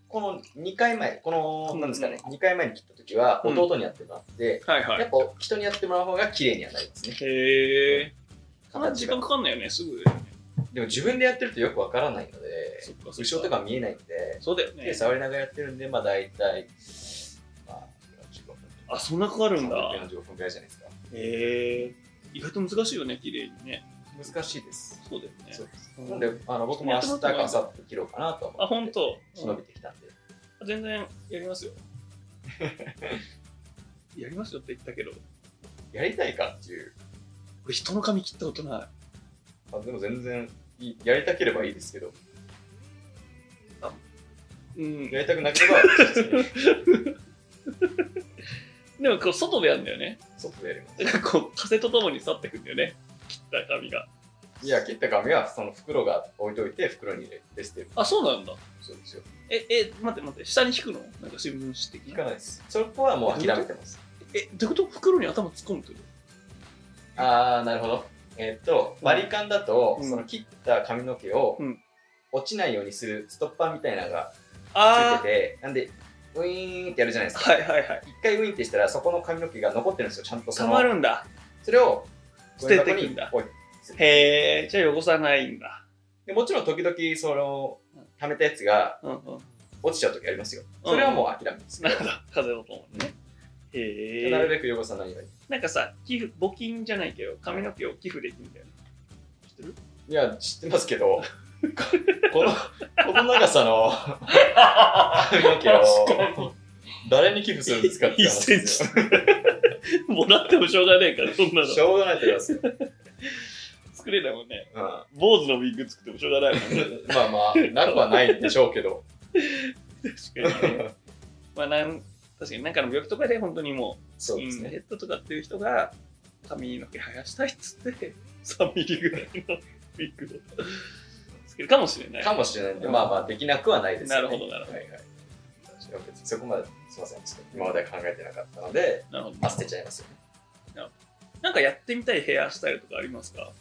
[SPEAKER 3] この2回前このなんですかね、二2回前に切った時は
[SPEAKER 1] うん
[SPEAKER 3] 弟にやってもらって、
[SPEAKER 1] はいは
[SPEAKER 3] やっ
[SPEAKER 1] い
[SPEAKER 3] ぱ人にやってもらう方が綺麗にはなりますね。
[SPEAKER 1] へえそんな
[SPEAKER 3] 形
[SPEAKER 1] 時
[SPEAKER 3] が
[SPEAKER 1] 間かかんないよねすぐだよね
[SPEAKER 3] でも自分でやってるとよくわからないので
[SPEAKER 1] そっかそっ、か
[SPEAKER 3] 後ろとか見えないんで、
[SPEAKER 1] そうだよ
[SPEAKER 3] 手
[SPEAKER 1] ね
[SPEAKER 3] 触りながらやってるんで、まあ大体、まあ、45分
[SPEAKER 1] あそんなかかるんだ
[SPEAKER 3] 45分ぐらいじゃないで
[SPEAKER 1] へえ意外と難しいよね綺麗にね
[SPEAKER 3] すか。難しいです。
[SPEAKER 1] そうだよね
[SPEAKER 3] そう
[SPEAKER 1] うん
[SPEAKER 3] なんで、あの僕も明日か明後日切ろうかなと思って、
[SPEAKER 1] あ本当、
[SPEAKER 3] 忍びてきたんで。
[SPEAKER 1] 全然やりますよ。 [LAUGHS] やりますよって言ったけど、
[SPEAKER 3] やりたいかっていう、
[SPEAKER 1] 俺人の髪切ったことない。
[SPEAKER 3] あでも全然いい、やりたければいいですけど、
[SPEAKER 1] うん。
[SPEAKER 3] やりたくなければ、別に
[SPEAKER 1] でもこう外でやるんだよね。 [LAUGHS]
[SPEAKER 3] 外でやります。
[SPEAKER 1] だからこう風とともに去ってくんだよね。切った髪が。
[SPEAKER 3] いや、切った髪は、その袋が置いといて、袋に入れて捨てる。
[SPEAKER 1] あ、そうなんだ。
[SPEAKER 3] そうですよ。
[SPEAKER 1] え、え、待って待って、下に引くのなんか新聞紙
[SPEAKER 3] 聞
[SPEAKER 1] 的
[SPEAKER 3] か
[SPEAKER 1] な。
[SPEAKER 3] ないです。そこはもう諦めてます。
[SPEAKER 1] え、どういうこと袋に頭突っ込むってこ
[SPEAKER 3] あーなるほど。えーっと、割り勘だと、
[SPEAKER 1] うん
[SPEAKER 3] その切った髪の毛を、
[SPEAKER 1] うん
[SPEAKER 3] 落ちないようにするストッパーみたいなの
[SPEAKER 1] と
[SPEAKER 3] がつい
[SPEAKER 1] あ
[SPEAKER 3] てて、なんで、ウィーンってやるじゃな
[SPEAKER 1] あ、
[SPEAKER 3] いですか。
[SPEAKER 1] はいはいはい。
[SPEAKER 3] 一回ウィーンってしたら、そこの髪の毛が残ってるんですよ、ちゃんとそ
[SPEAKER 1] た
[SPEAKER 3] の。
[SPEAKER 1] まるんだ。
[SPEAKER 3] それを、
[SPEAKER 1] 捨ててくんだ
[SPEAKER 3] ゴミ箱に置い
[SPEAKER 1] へえ、じゃあ汚さないんだ。
[SPEAKER 3] でもちろん時々、その
[SPEAKER 1] うん、
[SPEAKER 3] 溜めたやつが
[SPEAKER 1] うんうん。
[SPEAKER 3] 落ちちゃう時ありますよ。それはもう諦めますけ
[SPEAKER 1] な
[SPEAKER 3] ど
[SPEAKER 1] るほど。風とともにね。へえ。
[SPEAKER 3] なるべく汚さないように。
[SPEAKER 1] なんかさ、寄付、募金じゃないけど、髪の毛を寄付できるんだよね。知ってる
[SPEAKER 3] いや、知ってます
[SPEAKER 1] [LAUGHS]
[SPEAKER 3] けど、この、この長さの髪の毛
[SPEAKER 1] 確 [LAUGHS]
[SPEAKER 3] を、誰に寄付するんですかって話ですよ。
[SPEAKER 1] もらってもしょうがないから、そんなの。
[SPEAKER 3] しょうがないと思いますよ。
[SPEAKER 1] 作れないもんね。
[SPEAKER 3] うん、ま
[SPEAKER 1] 坊主のウィッグ作ってもしょうがないもんね。
[SPEAKER 3] あまあ、なくはないんでしょうけど。
[SPEAKER 1] 確かにね。まあなん、確かになんかの病気とかで本当にもう、
[SPEAKER 3] [LAUGHS] そうです
[SPEAKER 1] うんヘ
[SPEAKER 3] ね。
[SPEAKER 1] ッドとかっていう人が髪の毛生やしたいっつ
[SPEAKER 3] [LAUGHS]
[SPEAKER 1] って、3ミリぐらいのウィッグを [LAUGHS] 作るかもしれない。
[SPEAKER 3] [LAUGHS] かもしれないんで、まあまあ、できなくはないです
[SPEAKER 1] な
[SPEAKER 3] よね。
[SPEAKER 1] るほどなるほど
[SPEAKER 3] はいはい。私は別にそこまで、すいません、ちょっと今まで考えてなかったので、
[SPEAKER 1] なるほど
[SPEAKER 3] まあ、捨てちゃいますよね。
[SPEAKER 1] なんかやってみたいヘアスタイルとかありますか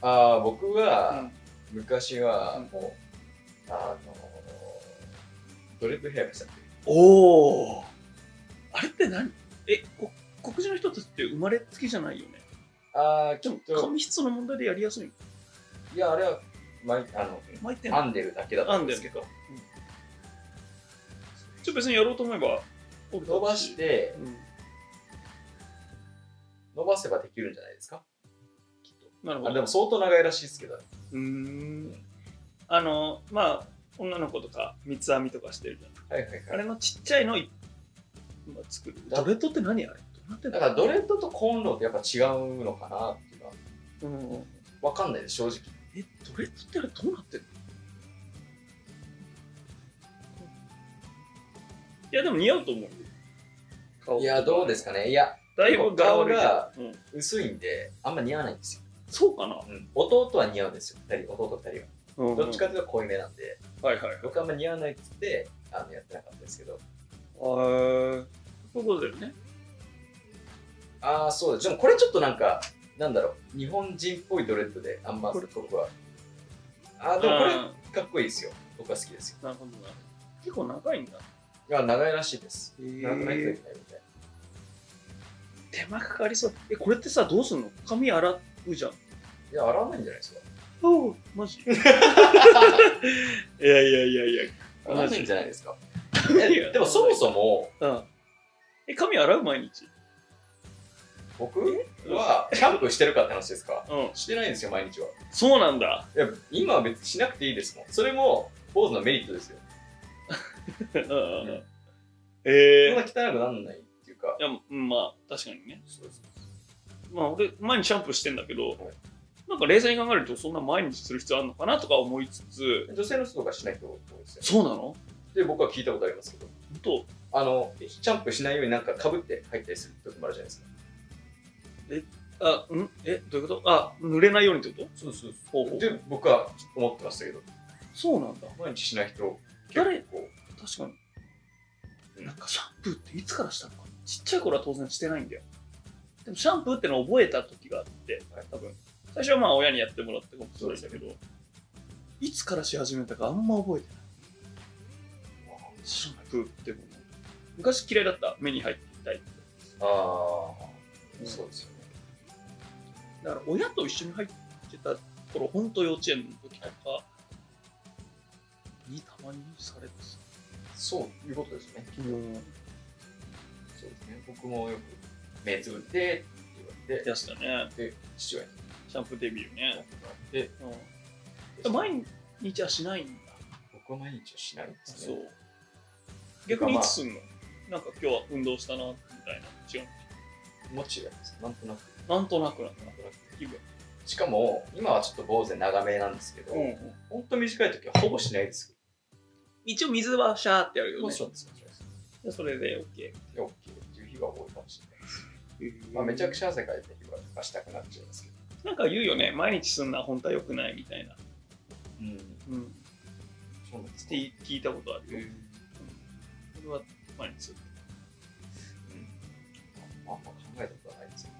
[SPEAKER 3] ああ、僕
[SPEAKER 1] う
[SPEAKER 3] は、
[SPEAKER 1] ん
[SPEAKER 3] 昔は、もう、あの、ドレッドヘアでしたっけ
[SPEAKER 1] おおあれって何えこ黒人の人たちって生まれつきじゃないよね
[SPEAKER 3] ああ、
[SPEAKER 1] で
[SPEAKER 3] ちょ
[SPEAKER 1] も
[SPEAKER 3] っと。
[SPEAKER 1] 髪質の問題でやりやすいの
[SPEAKER 3] いや、あれは、まあ、あの、
[SPEAKER 1] 巻いてんの
[SPEAKER 3] 編んでるだけだったんですけど、
[SPEAKER 1] ちょ別にやろうと思えば
[SPEAKER 3] 伸ばし、て、
[SPEAKER 1] うん、
[SPEAKER 3] 伸ばせばできるんじゃないですかきっ
[SPEAKER 1] なる
[SPEAKER 3] と。
[SPEAKER 1] ほ
[SPEAKER 3] あ、で
[SPEAKER 1] ど
[SPEAKER 3] も。相当長いらしいですけど。
[SPEAKER 1] うーん。あの、まあ、女の子とか三つ編みとかしてるじゃん。
[SPEAKER 3] はいはい
[SPEAKER 1] あれのちっちゃいのい、まあ、作る。
[SPEAKER 3] だ
[SPEAKER 1] ドレッドって何あれどうなってん
[SPEAKER 3] だ
[SPEAKER 1] だ
[SPEAKER 3] からドレッドとコンロってやっぱ違うのかなっていうのは、
[SPEAKER 1] うんうん。
[SPEAKER 3] わかんないです、正直。
[SPEAKER 1] え、ドレッドってあれどうなってんのいや、でも似合うと思うよ。顔
[SPEAKER 3] いや、どうですかね。いや、
[SPEAKER 1] だいぶ柄悪いけど
[SPEAKER 3] 顔が
[SPEAKER 1] うん、
[SPEAKER 3] 薄いんで、あんま似合わないんですよ。
[SPEAKER 1] そうかな、
[SPEAKER 3] うん、弟は似合うんですよ、二人、弟二人は。
[SPEAKER 1] うん
[SPEAKER 3] どっちかというと濃いめなんで、
[SPEAKER 1] はいはいはい。
[SPEAKER 3] 僕はあんま似合わないって言って、あのやってなかったですけど。
[SPEAKER 1] そういうことだよね。
[SPEAKER 3] ああ、そうです。でもこれちょっとなんか、なんだろう、日本人っぽいドレッドで、あんま
[SPEAKER 1] これ
[SPEAKER 3] 僕は。ああ、でもこれ
[SPEAKER 1] あ
[SPEAKER 3] かっこいいですよ。僕は好きですよ。
[SPEAKER 1] ーなるほどな。結構長いんだ。
[SPEAKER 3] いや、長いらしいです。
[SPEAKER 1] へ
[SPEAKER 3] 長くないとい
[SPEAKER 1] ー
[SPEAKER 3] けないみたい
[SPEAKER 1] 手
[SPEAKER 3] な。
[SPEAKER 1] 間かかりそう。え、これってさ、どうすんの髪洗うじゃん。
[SPEAKER 3] いや、洗わないんじゃないですか。
[SPEAKER 1] おうマジ [LAUGHS] いやいやいやいや。
[SPEAKER 3] 洗わないんじゃないですか。
[SPEAKER 1] マジ
[SPEAKER 3] えでもそもそも、
[SPEAKER 1] うん。え、髪洗う毎日
[SPEAKER 3] 僕はキャンプしてるかって話ですか
[SPEAKER 1] うん。
[SPEAKER 3] してないんですよ、毎日は。
[SPEAKER 1] そうなんだ。
[SPEAKER 3] いや、今は別にしなくていいですもん。それも、坊主のメリットですよ。
[SPEAKER 1] うんうんう
[SPEAKER 3] うん
[SPEAKER 1] ん。え
[SPEAKER 3] そんな
[SPEAKER 1] ー。
[SPEAKER 3] 汚くなんないっていうか
[SPEAKER 1] い。や、うんまあ、確かにね。
[SPEAKER 3] そうです
[SPEAKER 1] まあ、俺、毎日シャンプーしてんだけど、
[SPEAKER 3] はい
[SPEAKER 1] なんか冷静に考えると、そんな毎日する必要あるのかなとか思いつつ、
[SPEAKER 3] 女性の人とかしない人多いですよ。
[SPEAKER 1] そうなの本
[SPEAKER 3] で、僕は聞いたことありますけど。
[SPEAKER 1] 当
[SPEAKER 3] あの、キャンプしないようになんか被って入ったりする時もあるじゃないですか。
[SPEAKER 1] あ、んえ、どういうことあ、濡れないようにってこと
[SPEAKER 3] そうそう
[SPEAKER 1] ほうほう
[SPEAKER 3] で、僕は思ってましたけど、
[SPEAKER 1] そうなんだ。
[SPEAKER 3] 毎日しない人、
[SPEAKER 1] 誰
[SPEAKER 3] 結構。
[SPEAKER 1] 確かに。なんかシャンプーっていつからしたのかなちっちゃい頃は当然してないんだよ。でもシャンプーってのを覚えた時があって、多分。最初はまあ親にやってもらってかもしれないんだけど、いつからし始めたかあんま覚えてない。シャンプーってもう昔嫌いだった。目に入っていたい。
[SPEAKER 3] ああ、
[SPEAKER 1] うん
[SPEAKER 3] そうですよね。
[SPEAKER 1] だから親と一緒に入ってた頃、本当幼稚園の時とかにたまにされてさ。
[SPEAKER 3] そういうことですね。
[SPEAKER 1] うん。
[SPEAKER 3] そうですね。僕もよく目つぶってって言われ
[SPEAKER 1] やしたね。
[SPEAKER 3] て、で、父親に
[SPEAKER 1] シャンプーデビュー
[SPEAKER 3] や
[SPEAKER 1] ね。
[SPEAKER 3] ってもらって、
[SPEAKER 1] うん。
[SPEAKER 3] で
[SPEAKER 1] 毎日はしないんだ。
[SPEAKER 3] 僕は毎日はしないんです
[SPEAKER 1] そ
[SPEAKER 3] ね。
[SPEAKER 1] う。逆にいつすんの、なんか今日は運動したな、みたいな。違
[SPEAKER 3] もちろんです。なんとなく。
[SPEAKER 1] う。なんとなくなんだ。
[SPEAKER 3] なんとなく
[SPEAKER 1] 気分。
[SPEAKER 3] しかも、今はちょっと坊主で長めなんですけど、
[SPEAKER 1] うん。
[SPEAKER 3] ほんと短い時はほぼしないです
[SPEAKER 1] 一応水はシャーってやる
[SPEAKER 3] け
[SPEAKER 1] よ
[SPEAKER 3] ど、
[SPEAKER 1] ね。
[SPEAKER 3] もちろんです。もちろんです
[SPEAKER 1] でそれで OK。
[SPEAKER 3] で OK っていう日が多いかもしれないです。
[SPEAKER 1] ー
[SPEAKER 3] まあ、めちゃくちゃ汗かいて日はしたくなっちゃいますけど。
[SPEAKER 1] なんか言うよね。毎日すんな、本当は良くないみたいな。
[SPEAKER 3] うん。
[SPEAKER 1] うん。っ
[SPEAKER 3] そうなんです
[SPEAKER 1] て聞いたことあるよ。
[SPEAKER 3] うん
[SPEAKER 1] それは毎日する。
[SPEAKER 3] あんま考えたことはないですよ。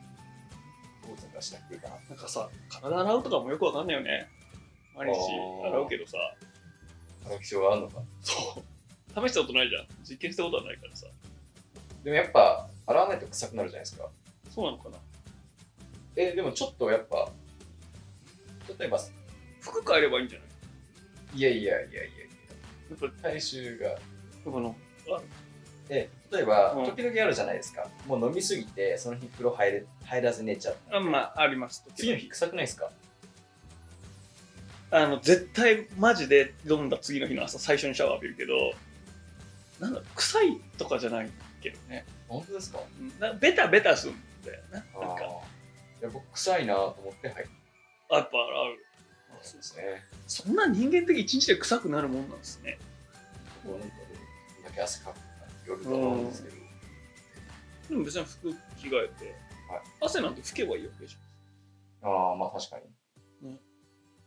[SPEAKER 3] 坊主がしたくていいかな。
[SPEAKER 1] なんかさ、体洗うとかもよくわかんないよね。毎日洗うけどさ、
[SPEAKER 3] あの必要があるのか。
[SPEAKER 1] そう。試したことないじゃん。実験したことはないからさ。
[SPEAKER 3] でもやっぱ、洗わないと臭くなるじゃないですか。
[SPEAKER 1] そうなのかな。
[SPEAKER 3] え、でもちょっとやっぱ、例えば、
[SPEAKER 1] 服変えればいいんじゃない
[SPEAKER 3] いやいやいやいやい
[SPEAKER 1] やっぱ
[SPEAKER 3] や、体臭が。
[SPEAKER 1] この
[SPEAKER 3] で、例えば、
[SPEAKER 1] うん
[SPEAKER 3] 時々あるじゃないですか。もう飲みすぎて、その日風呂入れ入らず寝ちゃった。
[SPEAKER 1] あまああります
[SPEAKER 3] 次の日臭くないですか
[SPEAKER 1] あの絶対マジで飲んだ次の日の朝最初にシャワー浴びるけどなんだ臭いとかじゃないけどね
[SPEAKER 3] 本当ですか
[SPEAKER 1] うんなベタベタするんだよね
[SPEAKER 3] あ
[SPEAKER 1] なん
[SPEAKER 3] ー
[SPEAKER 1] か
[SPEAKER 3] いや僕臭いなと思って入って
[SPEAKER 1] あやっぱ洗う
[SPEAKER 3] ますですね。
[SPEAKER 1] そんな人間的一日で臭くなるもんなんですね
[SPEAKER 3] もうなんかね、こんだけ汗かくから夜と思うんですけど、
[SPEAKER 1] でも別に服着替えて、
[SPEAKER 3] はい
[SPEAKER 1] 汗なんて拭けばいいわけじ
[SPEAKER 3] ああ、まあ確かに。
[SPEAKER 1] ゃん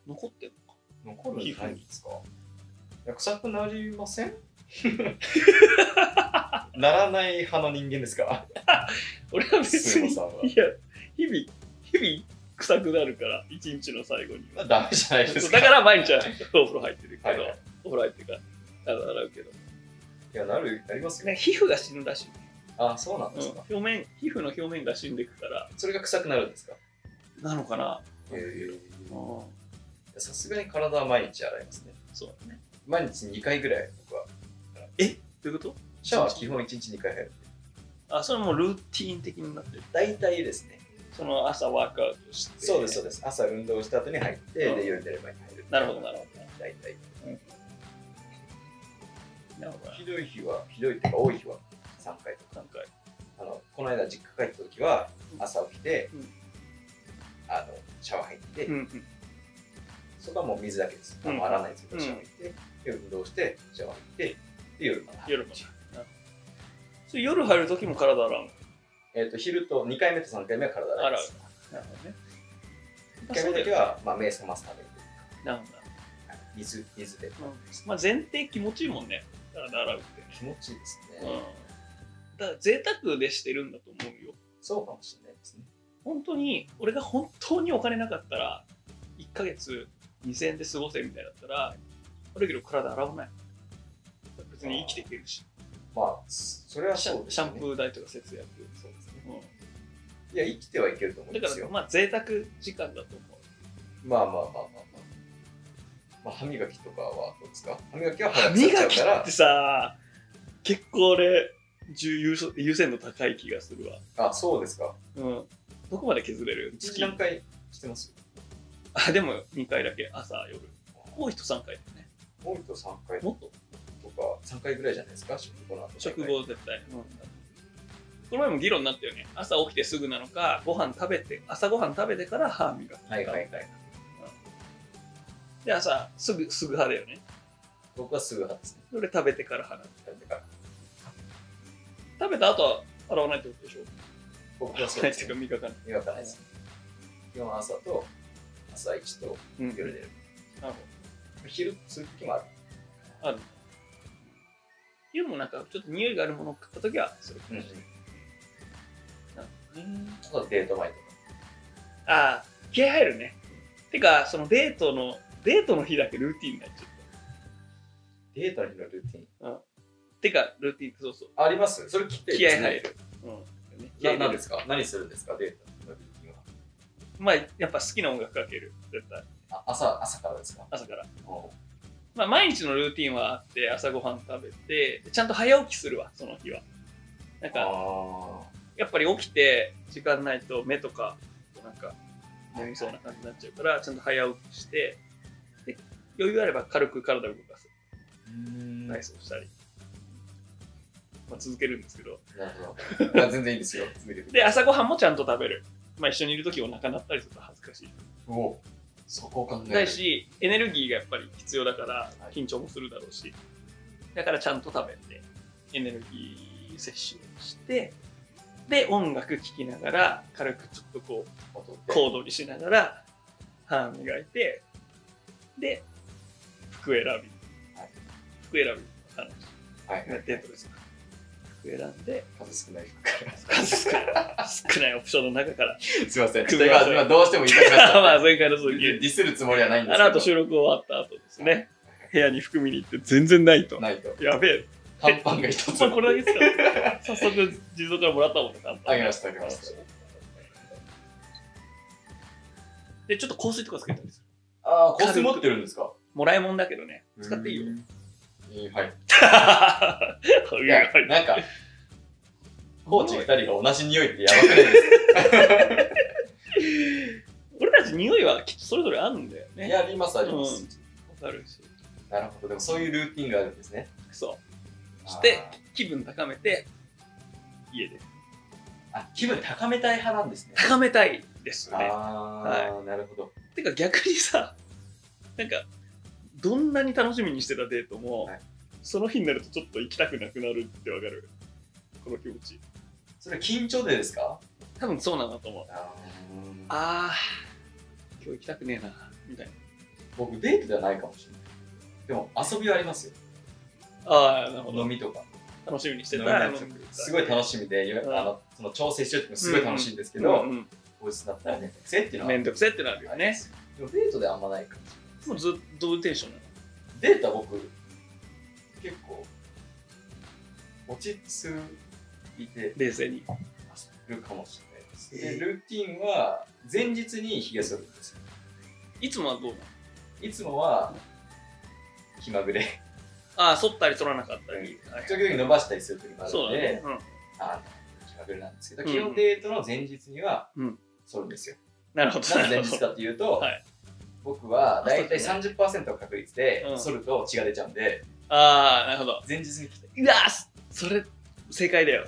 [SPEAKER 1] 残ってんのか
[SPEAKER 3] 残るんじゃないですか。いや臭くなりま [LAUGHS] せんならない派の人間ですか
[SPEAKER 1] 俺は別
[SPEAKER 3] ス
[SPEAKER 1] に
[SPEAKER 3] モ
[SPEAKER 1] い
[SPEAKER 3] さん [LAUGHS] は。
[SPEAKER 1] や日々日々臭くなるから一日の最後に
[SPEAKER 3] まあ、ダメじゃないで
[SPEAKER 1] そ
[SPEAKER 3] す
[SPEAKER 1] う
[SPEAKER 3] か。
[SPEAKER 1] だから毎日はお風呂入ってるけど、
[SPEAKER 3] はいはい
[SPEAKER 1] お風呂入ってるから洗うけど
[SPEAKER 3] いや、なる、なりますよ。
[SPEAKER 1] ね皮膚が死ぬらしい、
[SPEAKER 3] ああ、そうなんですか。
[SPEAKER 1] 表面皮膚の表面が死んでいくから
[SPEAKER 3] それが臭くなるんですか
[SPEAKER 1] なのかない
[SPEAKER 3] へえさすがに体は毎日洗いますね。
[SPEAKER 1] そうだね
[SPEAKER 3] 毎日2回ぐらい僕は。
[SPEAKER 1] ということ
[SPEAKER 3] シャワー基本1日2回入る。
[SPEAKER 1] あそれもうルーティン的になってる
[SPEAKER 3] 大体ですね。
[SPEAKER 1] その朝ワークアウトして。
[SPEAKER 3] そうです、そうです。朝運動した後に入って、
[SPEAKER 1] うん
[SPEAKER 3] で、夜寝ればに入る。
[SPEAKER 1] なるほどなるほ
[SPEAKER 3] 大体。
[SPEAKER 1] なるほど。
[SPEAKER 3] ひどい日は、ひどいっていうか、多い日は3回とか。
[SPEAKER 1] なんか、
[SPEAKER 3] あの、この間実家帰った時
[SPEAKER 1] う
[SPEAKER 3] は、
[SPEAKER 1] ん
[SPEAKER 3] 朝起きて、
[SPEAKER 1] うん
[SPEAKER 3] あの、シャワー入って、
[SPEAKER 1] うんうん。
[SPEAKER 3] そこはもう水だけです。
[SPEAKER 1] うん
[SPEAKER 3] あの洗わないですけど、
[SPEAKER 1] うん
[SPEAKER 3] シャワー入って、で、運動して、シャワー入って、で、夜まで
[SPEAKER 1] 夜までそれ夜入るときも体洗うの。
[SPEAKER 3] えっ、と、昼と2回目と3回目は体洗います。
[SPEAKER 1] なるほどね。
[SPEAKER 3] 1回目だけは、まあ、目覚ますために、
[SPEAKER 1] なるほど。
[SPEAKER 3] 水、水で。
[SPEAKER 1] まあ、前提気持ちいいもんね、体洗うってね。
[SPEAKER 3] 気持ちいいです
[SPEAKER 1] う
[SPEAKER 3] ね。
[SPEAKER 1] ん。だから贅沢でしてるんだと思うよ。
[SPEAKER 3] そうかもしれないですね。
[SPEAKER 1] 本当に、俺が本当にお金なかったら、1ヶ月2000円で過ごせみたいだったら、悪いけど体洗わない。別に生きていけるし。
[SPEAKER 3] まあ、それは
[SPEAKER 1] シ
[SPEAKER 3] そう
[SPEAKER 1] ャ
[SPEAKER 3] です
[SPEAKER 1] シ
[SPEAKER 3] よ
[SPEAKER 1] ャ
[SPEAKER 3] ね。
[SPEAKER 1] ンプー代とか節約。
[SPEAKER 3] そうですね。
[SPEAKER 1] う
[SPEAKER 3] いや、生きてはいけると思うん
[SPEAKER 1] ん。
[SPEAKER 3] で
[SPEAKER 1] だ
[SPEAKER 3] す
[SPEAKER 1] から、
[SPEAKER 3] よ。
[SPEAKER 1] まあ、贅沢時間だと思う。
[SPEAKER 3] まあまあまあまあまあ。まあ、歯磨きとかはどうですか歯磨きは
[SPEAKER 1] 歯
[SPEAKER 3] 歯
[SPEAKER 1] 磨
[SPEAKER 3] 磨
[SPEAKER 1] き
[SPEAKER 3] き
[SPEAKER 1] っ
[SPEAKER 3] か
[SPEAKER 1] てさ、結構俺、重優勝優先度高い気がするわ。
[SPEAKER 3] ら。あ、そうですか。
[SPEAKER 1] うん。どこまで削れる
[SPEAKER 3] 月何回してます
[SPEAKER 1] あ、でも2回だけ、朝、夜。多い人3回だよね。
[SPEAKER 3] 多いと3回と
[SPEAKER 1] もっと
[SPEAKER 3] か、3回ぐらいじゃないですか食後の後。
[SPEAKER 1] 食。後絶対。うんこの前も議論になったよね。朝起きてすぐなのか、ご飯食べて、朝ご飯食べてから歯磨き。
[SPEAKER 3] はいはいはい。
[SPEAKER 1] で、朝、すぐ、すぐ歯だよね。
[SPEAKER 3] 僕はすぐ派ですね。
[SPEAKER 1] それ食べてから歯なの
[SPEAKER 3] だから
[SPEAKER 1] 食べた後は洗わないってことでしょ
[SPEAKER 3] 僕
[SPEAKER 1] 洗
[SPEAKER 3] は
[SPEAKER 1] わ
[SPEAKER 3] そう
[SPEAKER 1] ない
[SPEAKER 3] で
[SPEAKER 1] ってい
[SPEAKER 3] す
[SPEAKER 1] う
[SPEAKER 3] ね
[SPEAKER 1] か。磨かない。
[SPEAKER 3] 磨かないですね。基本朝と、朝1と
[SPEAKER 1] うん。な
[SPEAKER 3] 夜
[SPEAKER 1] る
[SPEAKER 3] 寝る。
[SPEAKER 1] ほど。
[SPEAKER 3] 昼する時もある。
[SPEAKER 1] ある。湯もなんかちょっと匂いがあるものを食ったときはそれ。
[SPEAKER 3] うん。
[SPEAKER 1] なるほどね
[SPEAKER 3] あとデート前とか。
[SPEAKER 1] ああ、気合入るね。てか、そのデートの、デートの日だけルーティンになっちゃっ
[SPEAKER 3] デートの日のルーティン。
[SPEAKER 1] た。てか、ルーティン、そうそう。
[SPEAKER 3] ありますそれ聞きたい
[SPEAKER 1] 気合入る。うん。気合
[SPEAKER 3] な
[SPEAKER 1] 入
[SPEAKER 3] 何
[SPEAKER 1] る
[SPEAKER 3] ですか何するんですかデートのルーティンは。
[SPEAKER 1] まあ、やっぱ好きな音楽かける。絶対。
[SPEAKER 3] あ朝朝からですか
[SPEAKER 1] 朝から。
[SPEAKER 3] おう
[SPEAKER 1] まあ、毎日のルーティンはあって、朝ごはん食べて、ちゃんと早起きするわ、その日は。なんか、
[SPEAKER 3] あ
[SPEAKER 1] やっぱり起きて時間ないと目とかなんか飲みそうな感じになっちゃうからちゃんと早起きしてで余裕あれば軽く体を動かす
[SPEAKER 3] ー
[SPEAKER 1] 体操したり、まあ、続けるんですけど
[SPEAKER 3] なるほど。あ全然いいですよ。続けて。
[SPEAKER 1] で朝ごはんもちゃんと食べる、まあ、一緒にいる時お腹鳴ったりすると恥ずかしい
[SPEAKER 3] おうそこを考える
[SPEAKER 1] だしエネルギーがやっぱり必要だから
[SPEAKER 3] はい
[SPEAKER 1] 緊張もするだろうしだからちゃんと食べてエネルギー摂取をしてで音楽聴きながら軽くちょっとこう
[SPEAKER 3] ことって
[SPEAKER 1] コードにしながら歯磨いてで服選び、
[SPEAKER 3] はい
[SPEAKER 1] 服選びあの
[SPEAKER 3] はいはい。 [LAUGHS]
[SPEAKER 1] デートですか服選んで
[SPEAKER 3] 数少ないから。
[SPEAKER 1] 数少ない少ないオプションの中から [LAUGHS]
[SPEAKER 3] すいません。ち
[SPEAKER 1] 組
[SPEAKER 3] ょっと
[SPEAKER 1] み合わせ
[SPEAKER 3] 今今どうしても言いたくな
[SPEAKER 1] [LAUGHS]
[SPEAKER 3] っち
[SPEAKER 1] ま
[SPEAKER 3] ゃ
[SPEAKER 1] あ
[SPEAKER 3] っ
[SPEAKER 1] 前回の
[SPEAKER 3] た。
[SPEAKER 1] 続き
[SPEAKER 3] ディスるつもりはないんです
[SPEAKER 1] あ
[SPEAKER 3] けど。
[SPEAKER 1] の後収録終わった後ですね部屋に服見に行って全然ないと
[SPEAKER 3] ないと。
[SPEAKER 1] やべえ
[SPEAKER 3] 短パンが一つ。
[SPEAKER 1] まあこれだけですから [LAUGHS] 早速地蔵からもらったもんね簡単
[SPEAKER 3] あげましたあげました
[SPEAKER 1] でちょっと香水とかつけたりする
[SPEAKER 3] ああ、香水持ってるんですか
[SPEAKER 1] もらいもんだけどね使ってい [LAUGHS] いよ
[SPEAKER 3] うーんはい。
[SPEAKER 1] い
[SPEAKER 3] い
[SPEAKER 1] や
[SPEAKER 3] や
[SPEAKER 1] やっぱり、
[SPEAKER 3] なんか、コーチ二人が同じ匂いってやばくな
[SPEAKER 1] [LAUGHS]
[SPEAKER 3] いです
[SPEAKER 1] 俺たち匂いはきっとそれぞれあるんだよ
[SPEAKER 3] か
[SPEAKER 1] ね。
[SPEAKER 3] いや、ありますあります。
[SPEAKER 1] わかるし。
[SPEAKER 3] なるほど。でもそういうルーティンがあるんですね。
[SPEAKER 1] そう。して、気分高めて、家で。
[SPEAKER 3] あーあ気分高めたい派なんですね。
[SPEAKER 1] 高めたいですよね。
[SPEAKER 3] ああ、なるほど。
[SPEAKER 1] てか逆にさ、なんか、どんなに楽しみにしてたデートも、
[SPEAKER 3] はい
[SPEAKER 1] その日になるとちょっと行きたくなくなるってわかる。この気持ち。
[SPEAKER 3] それ緊張でですか
[SPEAKER 1] 多分そうなんだと思う。
[SPEAKER 3] あ
[SPEAKER 1] あー、今日行きたくねえな、みたいな。
[SPEAKER 3] 僕デートではないかもしれない。でも遊びはありますよ。
[SPEAKER 1] あー、なるほど
[SPEAKER 3] 飲。みとか。
[SPEAKER 1] 楽しみにしてたら、
[SPEAKER 3] 飲みとかすごい楽しみで、
[SPEAKER 1] ん
[SPEAKER 3] あのその調整してる時もすごい楽しいんですけ
[SPEAKER 1] けど、う
[SPEAKER 3] ど、
[SPEAKER 1] んうん
[SPEAKER 3] こいつだったらね、せっていうのは
[SPEAKER 1] めんどくせえってなるよ
[SPEAKER 3] ありま
[SPEAKER 1] ね。
[SPEAKER 3] す。でもデートではあんまないかもし
[SPEAKER 1] もうずっとどういうテンションなの
[SPEAKER 3] れない。デートは僕、結構、落ち着いて
[SPEAKER 1] 冷静に。
[SPEAKER 3] るかもしれないです。でルーティンは、前日に髭剃るんですよ。
[SPEAKER 1] いつもはどうなの
[SPEAKER 3] いつもは、気
[SPEAKER 1] [LAUGHS]
[SPEAKER 3] まぐれ。
[SPEAKER 1] ああ、剃ったり剃らなかったり。はい
[SPEAKER 3] 時々伸ばしたりする時もある
[SPEAKER 1] そ
[SPEAKER 3] の
[SPEAKER 1] うだ
[SPEAKER 3] で
[SPEAKER 1] ね、。うん
[SPEAKER 3] あの、気まぐれなんですけど、
[SPEAKER 1] うん
[SPEAKER 3] 基本デートの前日には、
[SPEAKER 1] うん
[SPEAKER 3] そうですよ。
[SPEAKER 1] なるほど。
[SPEAKER 3] なんで前日かっていうと、
[SPEAKER 1] [LAUGHS] はい
[SPEAKER 3] 僕は大体
[SPEAKER 1] 朝
[SPEAKER 3] 30%の確率で
[SPEAKER 1] うん
[SPEAKER 3] 剃ると血が出ちゃうんで、
[SPEAKER 1] ああ、なるほど。
[SPEAKER 3] 前日に来て、
[SPEAKER 1] うわそれ、正解だよ。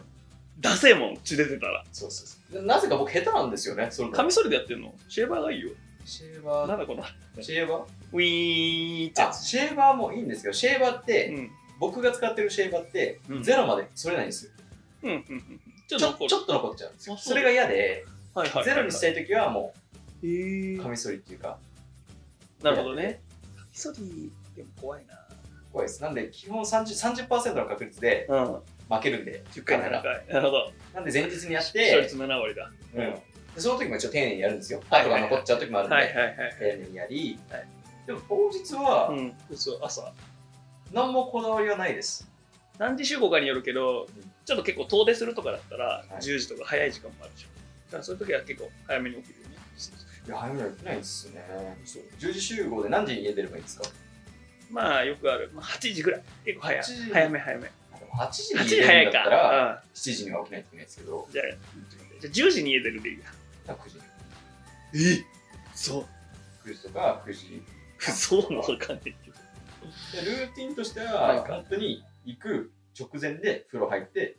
[SPEAKER 1] 出せもん、血出てたら。
[SPEAKER 3] そうそうそう。でなぜか僕下手なんですよね、剃るの
[SPEAKER 1] カミソリでやってんのシェーバーがいいよ。
[SPEAKER 3] シェーバ
[SPEAKER 1] な
[SPEAKER 3] ー、
[SPEAKER 1] んだこの。
[SPEAKER 3] シェーバ
[SPEAKER 1] ウィーンって
[SPEAKER 3] ー
[SPEAKER 1] や
[SPEAKER 3] あ、
[SPEAKER 1] つ。
[SPEAKER 3] シェーバーもいいんですけど、シェーバーって、
[SPEAKER 1] うん。
[SPEAKER 3] 僕が使ってるシェーバーって、
[SPEAKER 1] うん
[SPEAKER 3] ゼロまで剃れないんですよ。
[SPEAKER 1] うんうんうん。ちょっ
[SPEAKER 3] ち
[SPEAKER 1] と
[SPEAKER 3] ょ
[SPEAKER 1] 残る
[SPEAKER 3] ちょっと残っちゃうんですよ。
[SPEAKER 1] あそう
[SPEAKER 3] それが嫌で、
[SPEAKER 1] はいはいはいはい
[SPEAKER 3] ゼロにしたいときはも
[SPEAKER 1] え
[SPEAKER 3] う、
[SPEAKER 1] ー
[SPEAKER 3] カミソリっていうか、
[SPEAKER 1] なるほどね。カミソリでも怖いな。
[SPEAKER 3] 怖いです。なんで、基本 30%, 30の確率で
[SPEAKER 1] うん。
[SPEAKER 3] 負けるんで、
[SPEAKER 1] 10回7回。なるほど。
[SPEAKER 3] なんで前日にやっ
[SPEAKER 1] 勝
[SPEAKER 3] て、
[SPEAKER 1] 率7割だ。
[SPEAKER 3] うん、でその時も一応丁寧にやるんですよ。
[SPEAKER 1] はい
[SPEAKER 3] 後が残っちゃう時もあるんで、
[SPEAKER 1] はいはいはい。
[SPEAKER 3] 丁寧にやり、
[SPEAKER 1] はい
[SPEAKER 3] でも当日は
[SPEAKER 1] うん。そう朝。
[SPEAKER 3] 何もこだわりはないです。
[SPEAKER 1] 何時集合かによるけど
[SPEAKER 3] うん、
[SPEAKER 1] ちょっと結構遠出するとかだったら、
[SPEAKER 3] い
[SPEAKER 1] 10時とか早い時間もあるでしょ。だからそういう時は結構早めに起きるよね。
[SPEAKER 3] いや、早めには起きないですね。10時集合で何時に家出ればいいんですか
[SPEAKER 1] まあよくある。まあ8時ぐらい。結構早い
[SPEAKER 3] 8時。
[SPEAKER 1] 早め早め。
[SPEAKER 3] でも8時
[SPEAKER 1] 8
[SPEAKER 3] に
[SPEAKER 1] 時
[SPEAKER 3] 家出
[SPEAKER 1] 早
[SPEAKER 3] る
[SPEAKER 1] い
[SPEAKER 3] んだったら、
[SPEAKER 1] か。
[SPEAKER 3] 7時には起きないといけないですけど
[SPEAKER 1] う、ん。じゃあ、じゃあ10時に家出るでいいや。
[SPEAKER 3] だから9時、
[SPEAKER 1] えそう。
[SPEAKER 3] 9時とか9時。
[SPEAKER 1] [LAUGHS] そうなのわかんないけど。
[SPEAKER 3] でルーティンとして
[SPEAKER 1] なん
[SPEAKER 3] は、
[SPEAKER 1] か
[SPEAKER 3] 本当に行く直前で風呂入って、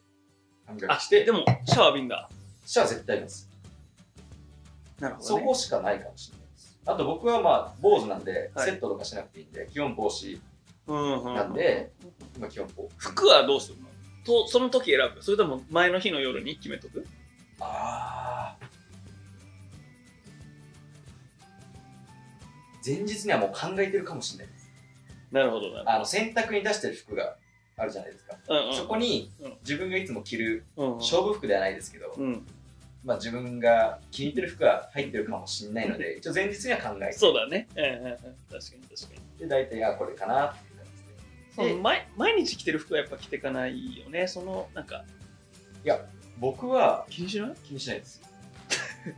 [SPEAKER 3] 歯磨
[SPEAKER 1] あ
[SPEAKER 3] きして、
[SPEAKER 1] でも、シャワー浴びんだ。
[SPEAKER 3] シャワー絶対あります。
[SPEAKER 1] なるほど、
[SPEAKER 3] そ
[SPEAKER 1] ね。
[SPEAKER 3] こしかないかもしれないです。あと僕はまあ、坊主なんで、
[SPEAKER 1] はい
[SPEAKER 3] セットとかしなくていいんで、基本帽子、
[SPEAKER 1] うんうんうん
[SPEAKER 3] なんで、今基本帽
[SPEAKER 1] 服はどうするのとその時選ぶそれとも前の日の夜に決めとく
[SPEAKER 3] ああ。前日にはもう考えてるかもしれないです。
[SPEAKER 1] なるほどなる
[SPEAKER 3] あの、洗濯に出してる服があるじゃないですか。
[SPEAKER 1] ほど。うんうん
[SPEAKER 3] そこに
[SPEAKER 1] うん
[SPEAKER 3] 自分がいつも着る
[SPEAKER 1] うん
[SPEAKER 3] 勝負服ではないですけど、
[SPEAKER 1] うんうん、
[SPEAKER 3] まあ、自分が気に入ってる服が入ってるかもしれないので、一応前日には考えて、
[SPEAKER 1] そうだね。うんうんうん、確かに確かに。
[SPEAKER 3] で大体、あ、これかなっていう感
[SPEAKER 1] そ
[SPEAKER 3] じで
[SPEAKER 1] の
[SPEAKER 3] で。
[SPEAKER 1] 毎毎日着てる服はやっぱ着てかないよね。そのなんか
[SPEAKER 3] 僕は
[SPEAKER 1] 気にしない [LAUGHS]
[SPEAKER 3] 気にしないです。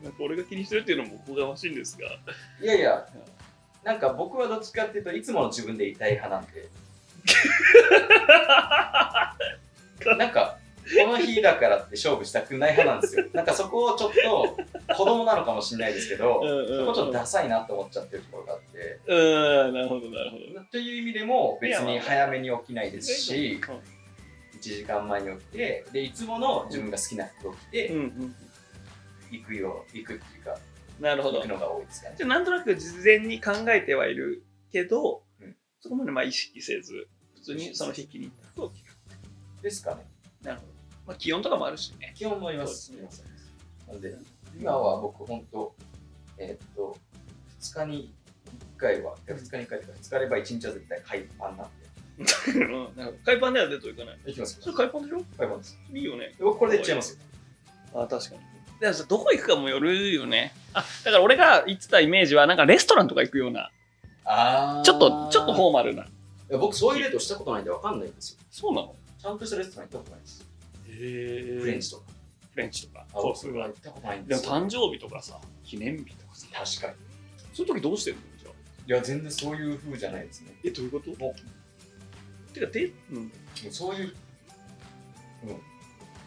[SPEAKER 1] なんか俺が気にしてるっていうのもおこがましいんですが。
[SPEAKER 3] いやいや、なんか僕はどっちかっていうといつもの自分でいたい派なん [LAUGHS] で。なんか、この日だからって勝負したくない派なんですよ。なんかそこをちょっと子供なのかもしれないですけ
[SPEAKER 1] うん
[SPEAKER 3] ど、
[SPEAKER 1] うん
[SPEAKER 3] そこちょっ
[SPEAKER 1] う
[SPEAKER 3] と
[SPEAKER 1] ん、
[SPEAKER 3] ダサいなと思っちゃってるところがあって。
[SPEAKER 1] うんなるほどなるほど。
[SPEAKER 3] という意味でも別に早めに起きないですし、
[SPEAKER 1] うん
[SPEAKER 3] 1時間前に起きてでいつもの自分が好きな服を着て
[SPEAKER 1] うんうん、
[SPEAKER 3] 行くよ行くっていうか
[SPEAKER 1] なるほ
[SPEAKER 3] 行
[SPEAKER 1] ど
[SPEAKER 3] く。のが多いですかね
[SPEAKER 1] じゃあなんとなく事前に考えてはいるけど、
[SPEAKER 3] うん
[SPEAKER 1] そこまでまあ意識せず、普通にその日気に入った服を着る。
[SPEAKER 3] ですかね
[SPEAKER 1] なるほど。まあ気温とかもあるしね。
[SPEAKER 3] 気温もいます
[SPEAKER 1] そうです
[SPEAKER 3] なんで今は僕本当えーっと2日に1回は2日に1回とか2日あれば1日は絶対海パンなん
[SPEAKER 1] うんなんか海パンでは出ていかない。
[SPEAKER 3] でいきます
[SPEAKER 1] それ海パンでしょ
[SPEAKER 3] 海パンです
[SPEAKER 1] いいよね。
[SPEAKER 3] で僕これでいっちゃいますよ
[SPEAKER 1] あ、確かに。でもさ、どこ行くかもよるよね。あ、だから俺が言ってたイメージは、なんかレストランとか行くような、
[SPEAKER 3] あ
[SPEAKER 1] ちょっと、ちょっとフ
[SPEAKER 3] う
[SPEAKER 1] ォーマルな。
[SPEAKER 3] いや僕そういうレートしたことないんでわかんないんですよ
[SPEAKER 1] そうなの
[SPEAKER 3] ちゃんとしたレストラン行ったことないです
[SPEAKER 1] へ
[SPEAKER 3] フレンチとか
[SPEAKER 1] フレンチとか。
[SPEAKER 3] あ
[SPEAKER 1] そう
[SPEAKER 3] 僕
[SPEAKER 1] そう。
[SPEAKER 3] は行ったことないん
[SPEAKER 1] で
[SPEAKER 3] で
[SPEAKER 1] も
[SPEAKER 3] すよ
[SPEAKER 1] 誕生日とかさ、記念日とかさ、
[SPEAKER 3] 確かに
[SPEAKER 1] そういう時どうしてるのじゃあ
[SPEAKER 3] いや全然そういう風じゃないですね
[SPEAKER 1] え、どういうこと
[SPEAKER 3] も
[SPEAKER 1] てか、デうん
[SPEAKER 3] うそういう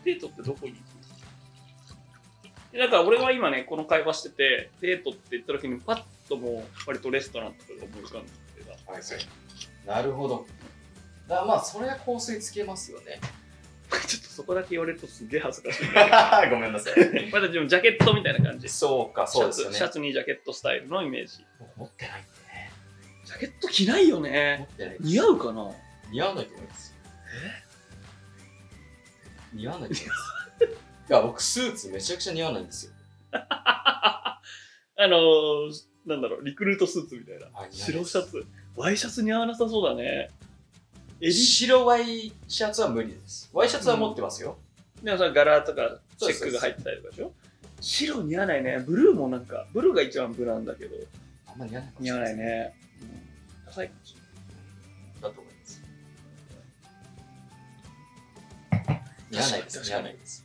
[SPEAKER 1] デートってどこに行くのだから俺は今ね、この会話してて、デートって言った時にパッともう割とレストランとかが思い浮かんでてさ
[SPEAKER 3] はいなるほど。だからまあ、それは香水つけますよね。
[SPEAKER 1] [LAUGHS] ちょっとそこだけ言われるとすげえ恥ずかしい。
[SPEAKER 3] ごめんなさい。
[SPEAKER 1] まだ自分ジャケットみたいな感じ。
[SPEAKER 3] そうか、そうですよね。
[SPEAKER 1] シャツシャツにジャケットスタイルのイメージ。
[SPEAKER 3] 僕持ってないんで
[SPEAKER 1] ジャケット着ないよ
[SPEAKER 3] ね。持
[SPEAKER 1] ね。
[SPEAKER 3] ってない。
[SPEAKER 1] 似合うかな
[SPEAKER 3] 似合わないと思います。え似合わないと思います。いや、僕、スーツめちゃくちゃ似合わないんですよ。
[SPEAKER 1] あのー、なんだろう、リクルートスーツみたいな
[SPEAKER 3] あ似合い。ます
[SPEAKER 1] 白シャツ。ワイシャツ似合わなさそうだね。襟
[SPEAKER 3] 白ワイシャツは無理です。ワイシャツは持ってますよ。
[SPEAKER 1] でもさ、柄とかチェック
[SPEAKER 3] そうそうそ
[SPEAKER 1] が入
[SPEAKER 3] う
[SPEAKER 1] ってたりとかでしょ白似合わないね。ブルーもなんか、ブルーが一番無難だけど、
[SPEAKER 3] あんま似合わないかもし
[SPEAKER 1] 似
[SPEAKER 3] れ
[SPEAKER 1] 合わ
[SPEAKER 3] な
[SPEAKER 1] ないい
[SPEAKER 3] です。
[SPEAKER 1] ね。ダサいかもしれない
[SPEAKER 3] だと思います。
[SPEAKER 1] 確かに
[SPEAKER 3] 似合わないです。似合わないです。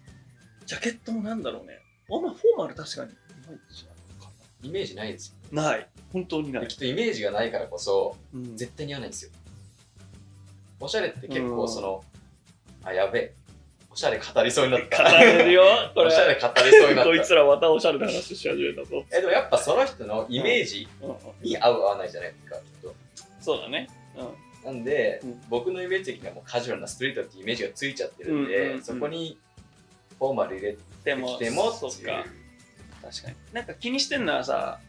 [SPEAKER 1] ジャケットもなんだろうね。あんまフォーマル確かに。いまいち
[SPEAKER 3] イメージないですよ。
[SPEAKER 1] なのかなない。本当にない
[SPEAKER 3] で。きっとイメージがないからこそ、
[SPEAKER 1] うん
[SPEAKER 3] 絶対に合わないんですよ。おしゃれって結構その、あ、やべえ。おしゃれ語りそうになった。
[SPEAKER 1] 語れる
[SPEAKER 3] [LAUGHS]
[SPEAKER 1] よ、これ。
[SPEAKER 3] おしゃれ語りそうになった。
[SPEAKER 1] こいつらまたおしゃれな話し始めたぞ。
[SPEAKER 3] えでもやっぱその人のイメージ
[SPEAKER 1] うんうん
[SPEAKER 3] に合う合わないじゃないですか、きっと。
[SPEAKER 1] そうだね。うん
[SPEAKER 3] なんで、
[SPEAKER 1] うん
[SPEAKER 3] 僕のイメージ的にはもうカジュアルなストリートっていうイメージがついちゃってるんで、
[SPEAKER 1] うんうんうん
[SPEAKER 3] そこにフォーマル入れて
[SPEAKER 1] でも
[SPEAKER 3] きても
[SPEAKER 1] そっ
[SPEAKER 3] っていう
[SPEAKER 1] か確かになんか気にしてんのはさ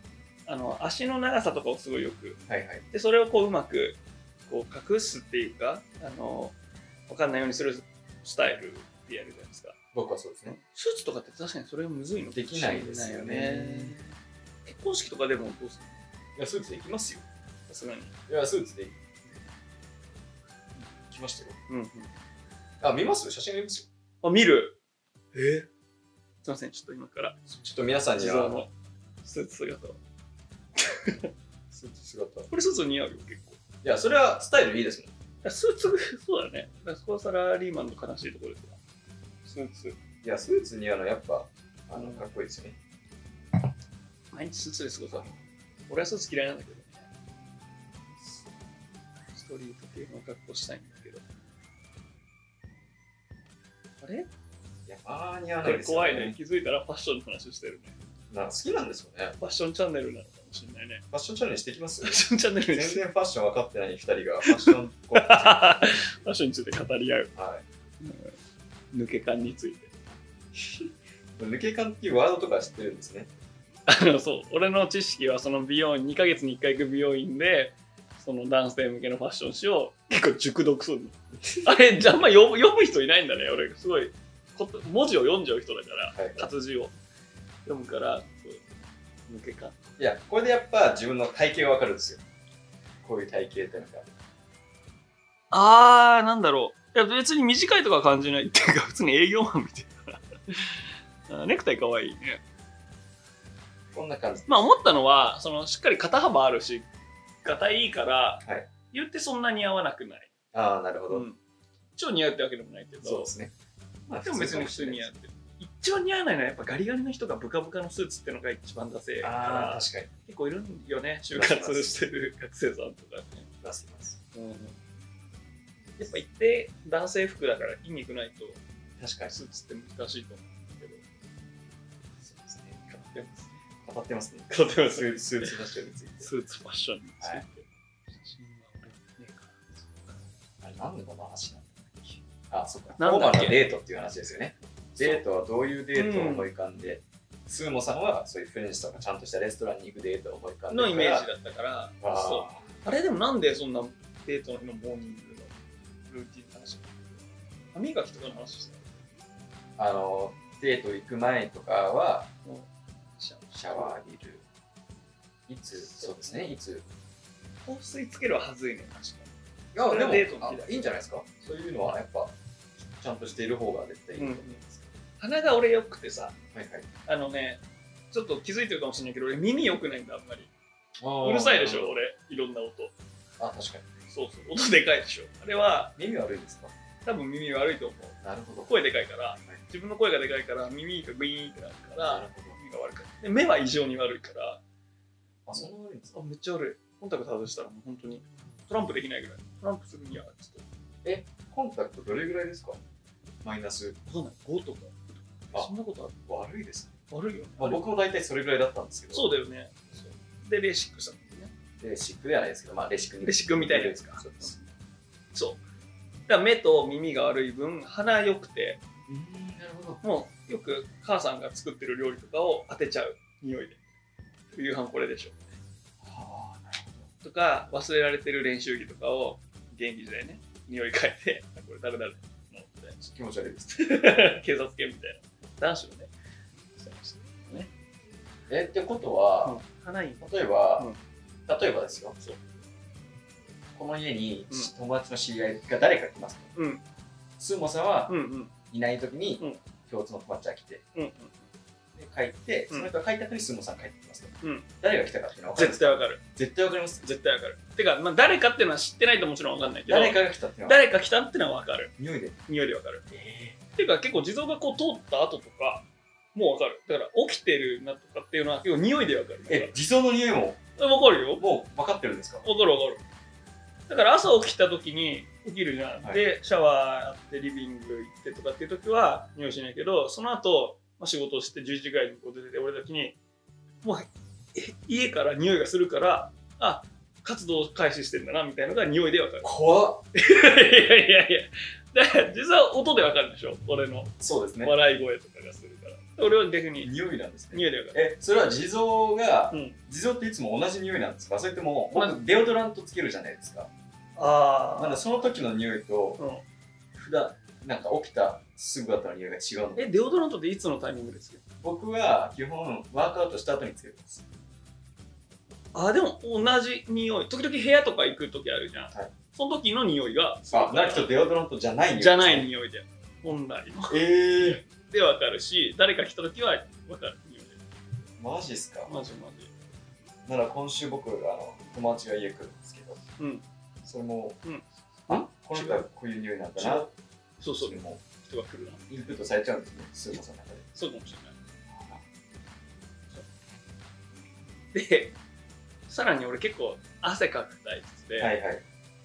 [SPEAKER 1] あの足の長さとかをすごいよく
[SPEAKER 3] はいはい。
[SPEAKER 1] でそれをこううまくこう隠すっていうかあの分かんないようにするスタイルでやるじゃないですか
[SPEAKER 3] 僕はそうですね。
[SPEAKER 1] スーツとかって確かにそれむずいの
[SPEAKER 3] できないです
[SPEAKER 1] かもしれないよ
[SPEAKER 3] よね
[SPEAKER 1] ね結婚式とかでもどうする
[SPEAKER 3] いや、スーツで行きますよ。
[SPEAKER 1] さすがに
[SPEAKER 3] いや、スーツで行きましたよ。
[SPEAKER 1] うん、うん、
[SPEAKER 3] あ、見ます写真見ますよ。
[SPEAKER 1] あ見るえすいませんちょっと今から
[SPEAKER 3] ちょっと皆さんに
[SPEAKER 1] 地
[SPEAKER 3] は
[SPEAKER 1] 蔵、のスーツ姿を
[SPEAKER 3] スーツ姿。い
[SPEAKER 1] これスーツ似合うよ結構
[SPEAKER 3] や、それはスタイルいいですもん。
[SPEAKER 1] スーツ、 [LAUGHS] そうだね。だからそこはサラリーマンの悲しいところですよ。スーツ。
[SPEAKER 3] いや、スーツ似合うのやっぱ、あの、かっこいいですよね。
[SPEAKER 1] 毎日スーツですごさ。俺はスーツ嫌いなんだけどね。ストリート系の格好したいんだけど。あれ
[SPEAKER 3] いや、まあ似合わ
[SPEAKER 1] こ
[SPEAKER 3] ない
[SPEAKER 1] れ
[SPEAKER 3] ですよ
[SPEAKER 1] 怖いね。。気づいたらファッションの話してるね。
[SPEAKER 3] な好きなんですよね。
[SPEAKER 1] ファッションチャンネルなのかもしれないね。
[SPEAKER 3] ファッションチャレンジしてき
[SPEAKER 1] [LAUGHS]
[SPEAKER 3] ます
[SPEAKER 1] ファッションチャンネル
[SPEAKER 3] 全
[SPEAKER 1] に [LAUGHS]
[SPEAKER 3] 然
[SPEAKER 1] ついて、
[SPEAKER 3] ファッション分かってない2人がファッションこうは
[SPEAKER 1] ファッションについて語り合う。うん抜け感について。
[SPEAKER 3] い抜け感っていうワードとか知ってるんですね。
[SPEAKER 1] あのそう俺の知識はその美容院2ヶ月に1回行く美容院でその男性向けのファッション誌を結構熟読するのあれじゃあんま読む読む人いないんだね俺すごいこと文字を読んじゃう人だから
[SPEAKER 3] はい、い
[SPEAKER 1] 活字を読むからそう抜け感
[SPEAKER 3] や、これでやっぱ自分の体型が分かるんですよ。こういう体型ってのが。
[SPEAKER 1] あーなんだろういや別に短いとか感じないっていうか普通に営業マンみ [LAUGHS] たいなネクタイかわいいね
[SPEAKER 3] こんな感じ。
[SPEAKER 1] まあ思ったのはそのしっかり肩幅あるし肩いいから、
[SPEAKER 3] はい
[SPEAKER 1] 言ってそんなに合わなくない
[SPEAKER 3] ああ、なるほど。
[SPEAKER 1] うん、超似合うってわけでもないけ
[SPEAKER 3] そう
[SPEAKER 1] ど
[SPEAKER 3] ですね。まあ
[SPEAKER 1] でも別に普通に似合
[SPEAKER 3] や
[SPEAKER 1] ってる一番似合わないのはやっぱガリガリの人がブカブカのスーツってのが一番ダセえか
[SPEAKER 3] ああ、
[SPEAKER 1] ら
[SPEAKER 3] 確かに。
[SPEAKER 1] 結構いるんよね就活してる学生さんとかね、
[SPEAKER 3] 出せます。
[SPEAKER 1] やっぱ一定男性服だから筋肉ないと
[SPEAKER 3] 確かに。
[SPEAKER 1] スーツって難しいと思うんですけど
[SPEAKER 3] そうですね。
[SPEAKER 1] 語ってます
[SPEAKER 3] 語ってますね。
[SPEAKER 1] 語ってま
[SPEAKER 3] スーツスーツファッションについて。
[SPEAKER 1] スーツファッションについて、
[SPEAKER 3] は
[SPEAKER 1] 写真は俺ねえから
[SPEAKER 3] あれ、なんでこの話なんだっけあ、そっか。フ
[SPEAKER 1] な
[SPEAKER 3] ォ
[SPEAKER 1] ん
[SPEAKER 3] ー
[SPEAKER 1] だ
[SPEAKER 3] マ
[SPEAKER 1] っけ
[SPEAKER 3] ルなデートっていう話ですよね。デートはどういうデートを思い浮かんで、スーモさんはそういうフレンチとかちゃんとしたレストランに行くデートを思い浮かんでるか
[SPEAKER 1] の
[SPEAKER 3] ら。
[SPEAKER 1] イメージだったから
[SPEAKER 3] あー
[SPEAKER 1] そうあれでもなんでそんなデートの日のモーニングのルーティンの話歯磨きとかの話して
[SPEAKER 3] あの、デート行く前とかは、
[SPEAKER 1] たのシャワー
[SPEAKER 3] シャワー浴びる。いつ、そうですね、いつ。
[SPEAKER 1] 香水つけるははずいね確か
[SPEAKER 3] いや
[SPEAKER 1] それはデートの
[SPEAKER 3] あ
[SPEAKER 1] 日だ
[SPEAKER 3] いいんじゃないですか。そういうのはやっぱ、ちゃんとしている方が絶対いいと思います。
[SPEAKER 1] 鼻が俺良くてさ
[SPEAKER 3] はいはい
[SPEAKER 1] あのねちょっと気づいてるかもしれないけど俺耳良くないんだあんまり
[SPEAKER 3] あー。
[SPEAKER 1] うるさいでしょ俺いろんな音
[SPEAKER 3] あ、確かに。
[SPEAKER 1] そうそう音でかいでしょあれは
[SPEAKER 3] 耳悪いですか
[SPEAKER 1] 多分耳悪いと思う
[SPEAKER 3] なるほど。
[SPEAKER 1] 声でかいから
[SPEAKER 3] い
[SPEAKER 1] 自分の声がでかいから耳がグイーンってなるか
[SPEAKER 3] なる
[SPEAKER 1] ら
[SPEAKER 3] ほど。
[SPEAKER 1] 耳が悪くてで目は異常に悪いから
[SPEAKER 3] あ、そんな悪いんですか
[SPEAKER 1] あめっちゃ悪いコンタクト外したらもう本当にトランプできないぐらいトランプするにはちょっ
[SPEAKER 3] コンタクトどれぐらいですかマイナス
[SPEAKER 1] とわかんない5とか
[SPEAKER 3] あ
[SPEAKER 1] そんなこと
[SPEAKER 3] 悪いですね、
[SPEAKER 1] ある悪いよね
[SPEAKER 3] まあ、僕も大体それぐらいだったんですけど
[SPEAKER 1] そうだよねでレーシックしたんだよね
[SPEAKER 3] レーシックではないですけど、まあ、レーシックに
[SPEAKER 1] レシックみたいなやつか
[SPEAKER 3] そうです
[SPEAKER 1] そうだから目と耳が悪い分鼻良くて
[SPEAKER 3] なるほど
[SPEAKER 1] もうよく母さんが作ってる料理とかを当てちゃう匂いで夕飯これでしょ
[SPEAKER 3] はあなるほど
[SPEAKER 1] とか忘れられてる練習着とかを元気でね匂い変えてあこれ誰々のみたいな
[SPEAKER 3] 気持ち悪いです
[SPEAKER 1] 警察犬みたいな男子のねそうですね
[SPEAKER 3] えってことは、
[SPEAKER 1] 花い
[SPEAKER 3] 例えば、
[SPEAKER 1] うん
[SPEAKER 3] 例えばですよ
[SPEAKER 1] そう
[SPEAKER 3] この家に、
[SPEAKER 1] うん
[SPEAKER 3] 友達の知り合いが誰か来ますと
[SPEAKER 1] うん
[SPEAKER 3] スーモさんは
[SPEAKER 1] うんうん
[SPEAKER 3] いない時に、
[SPEAKER 1] うん
[SPEAKER 3] 共通の友達が来て
[SPEAKER 1] うんうん
[SPEAKER 3] で帰って
[SPEAKER 1] う
[SPEAKER 3] そ
[SPEAKER 1] ん
[SPEAKER 3] の人が帰った後にスーモさん帰ってきますと、
[SPEAKER 1] うん
[SPEAKER 3] 誰が来たかっていうのは分かる
[SPEAKER 1] 絶対わかる
[SPEAKER 3] 絶対わかります
[SPEAKER 1] 絶対わかるてか、まあ、誰かっていうのは知ってないともちろんわかんないけど
[SPEAKER 3] 誰かが来たっていうのは
[SPEAKER 1] 誰か来たってのはわかる
[SPEAKER 3] 匂いで
[SPEAKER 1] 匂いでわかる
[SPEAKER 3] え
[SPEAKER 1] ていうか結構地蔵がこう通った後とかもうわかるだから起きてるなとかっていうのは結構匂いでわかる
[SPEAKER 3] え、地蔵の匂いも
[SPEAKER 1] わかるよ
[SPEAKER 3] もう分かってるんですか
[SPEAKER 1] わかるわかるだから朝起きた時に起きるじゃん、
[SPEAKER 3] はい
[SPEAKER 1] でシャワーやってリビング行ってとかっていう時は匂いしないけどその後、まあ仕事をして10時ぐらいにこう出て俺た時にもうえ家から匂いがするからあ活動開始してんだなみたいのが匂いでわかる
[SPEAKER 3] 怖っ
[SPEAKER 1] [LAUGHS] いやいやいやだから実は音でわかるでしょ俺の
[SPEAKER 3] そうですね。
[SPEAKER 1] 笑い声とかがするから、俺は逆に
[SPEAKER 3] 匂いなんですね。
[SPEAKER 1] 匂いでわかる
[SPEAKER 3] え、それは地蔵が、
[SPEAKER 1] うん
[SPEAKER 3] 地蔵っていつも同じ匂いなんですかそれとも、僕デオドラントつけるじゃないですか。
[SPEAKER 1] あ
[SPEAKER 3] なんだその時の匂いと、
[SPEAKER 1] うん
[SPEAKER 3] 普段、なんか起きたすぐ後の匂いが違うの。
[SPEAKER 1] えデオドラントっていつのタイミングですか
[SPEAKER 3] 僕は基本、ワークアウトした後につけてます。
[SPEAKER 1] あでも同じ匂い時々部屋とか行く時あるじゃん、
[SPEAKER 3] はい
[SPEAKER 1] その時の匂いがす
[SPEAKER 3] あ
[SPEAKER 1] る、
[SPEAKER 3] なるとデオドラントじゃない匂い。
[SPEAKER 1] じゃない。匂いで本来の
[SPEAKER 3] ええ
[SPEAKER 1] でわかるし誰か来た時はわかる匂いで
[SPEAKER 3] マジっすか
[SPEAKER 1] マジマジ
[SPEAKER 3] なら今週僕あの友達が家来るんですけど、
[SPEAKER 1] うん
[SPEAKER 3] それも、
[SPEAKER 1] うん
[SPEAKER 3] あこの人はこういう匂いなんだなって
[SPEAKER 1] そうそう
[SPEAKER 3] いうのも
[SPEAKER 1] 人が来るな
[SPEAKER 3] インプットされちゃうんですね、スーパーさんの中で。
[SPEAKER 1] そうかもしれないでさらに俺結構汗かく体質で、
[SPEAKER 3] はいはい。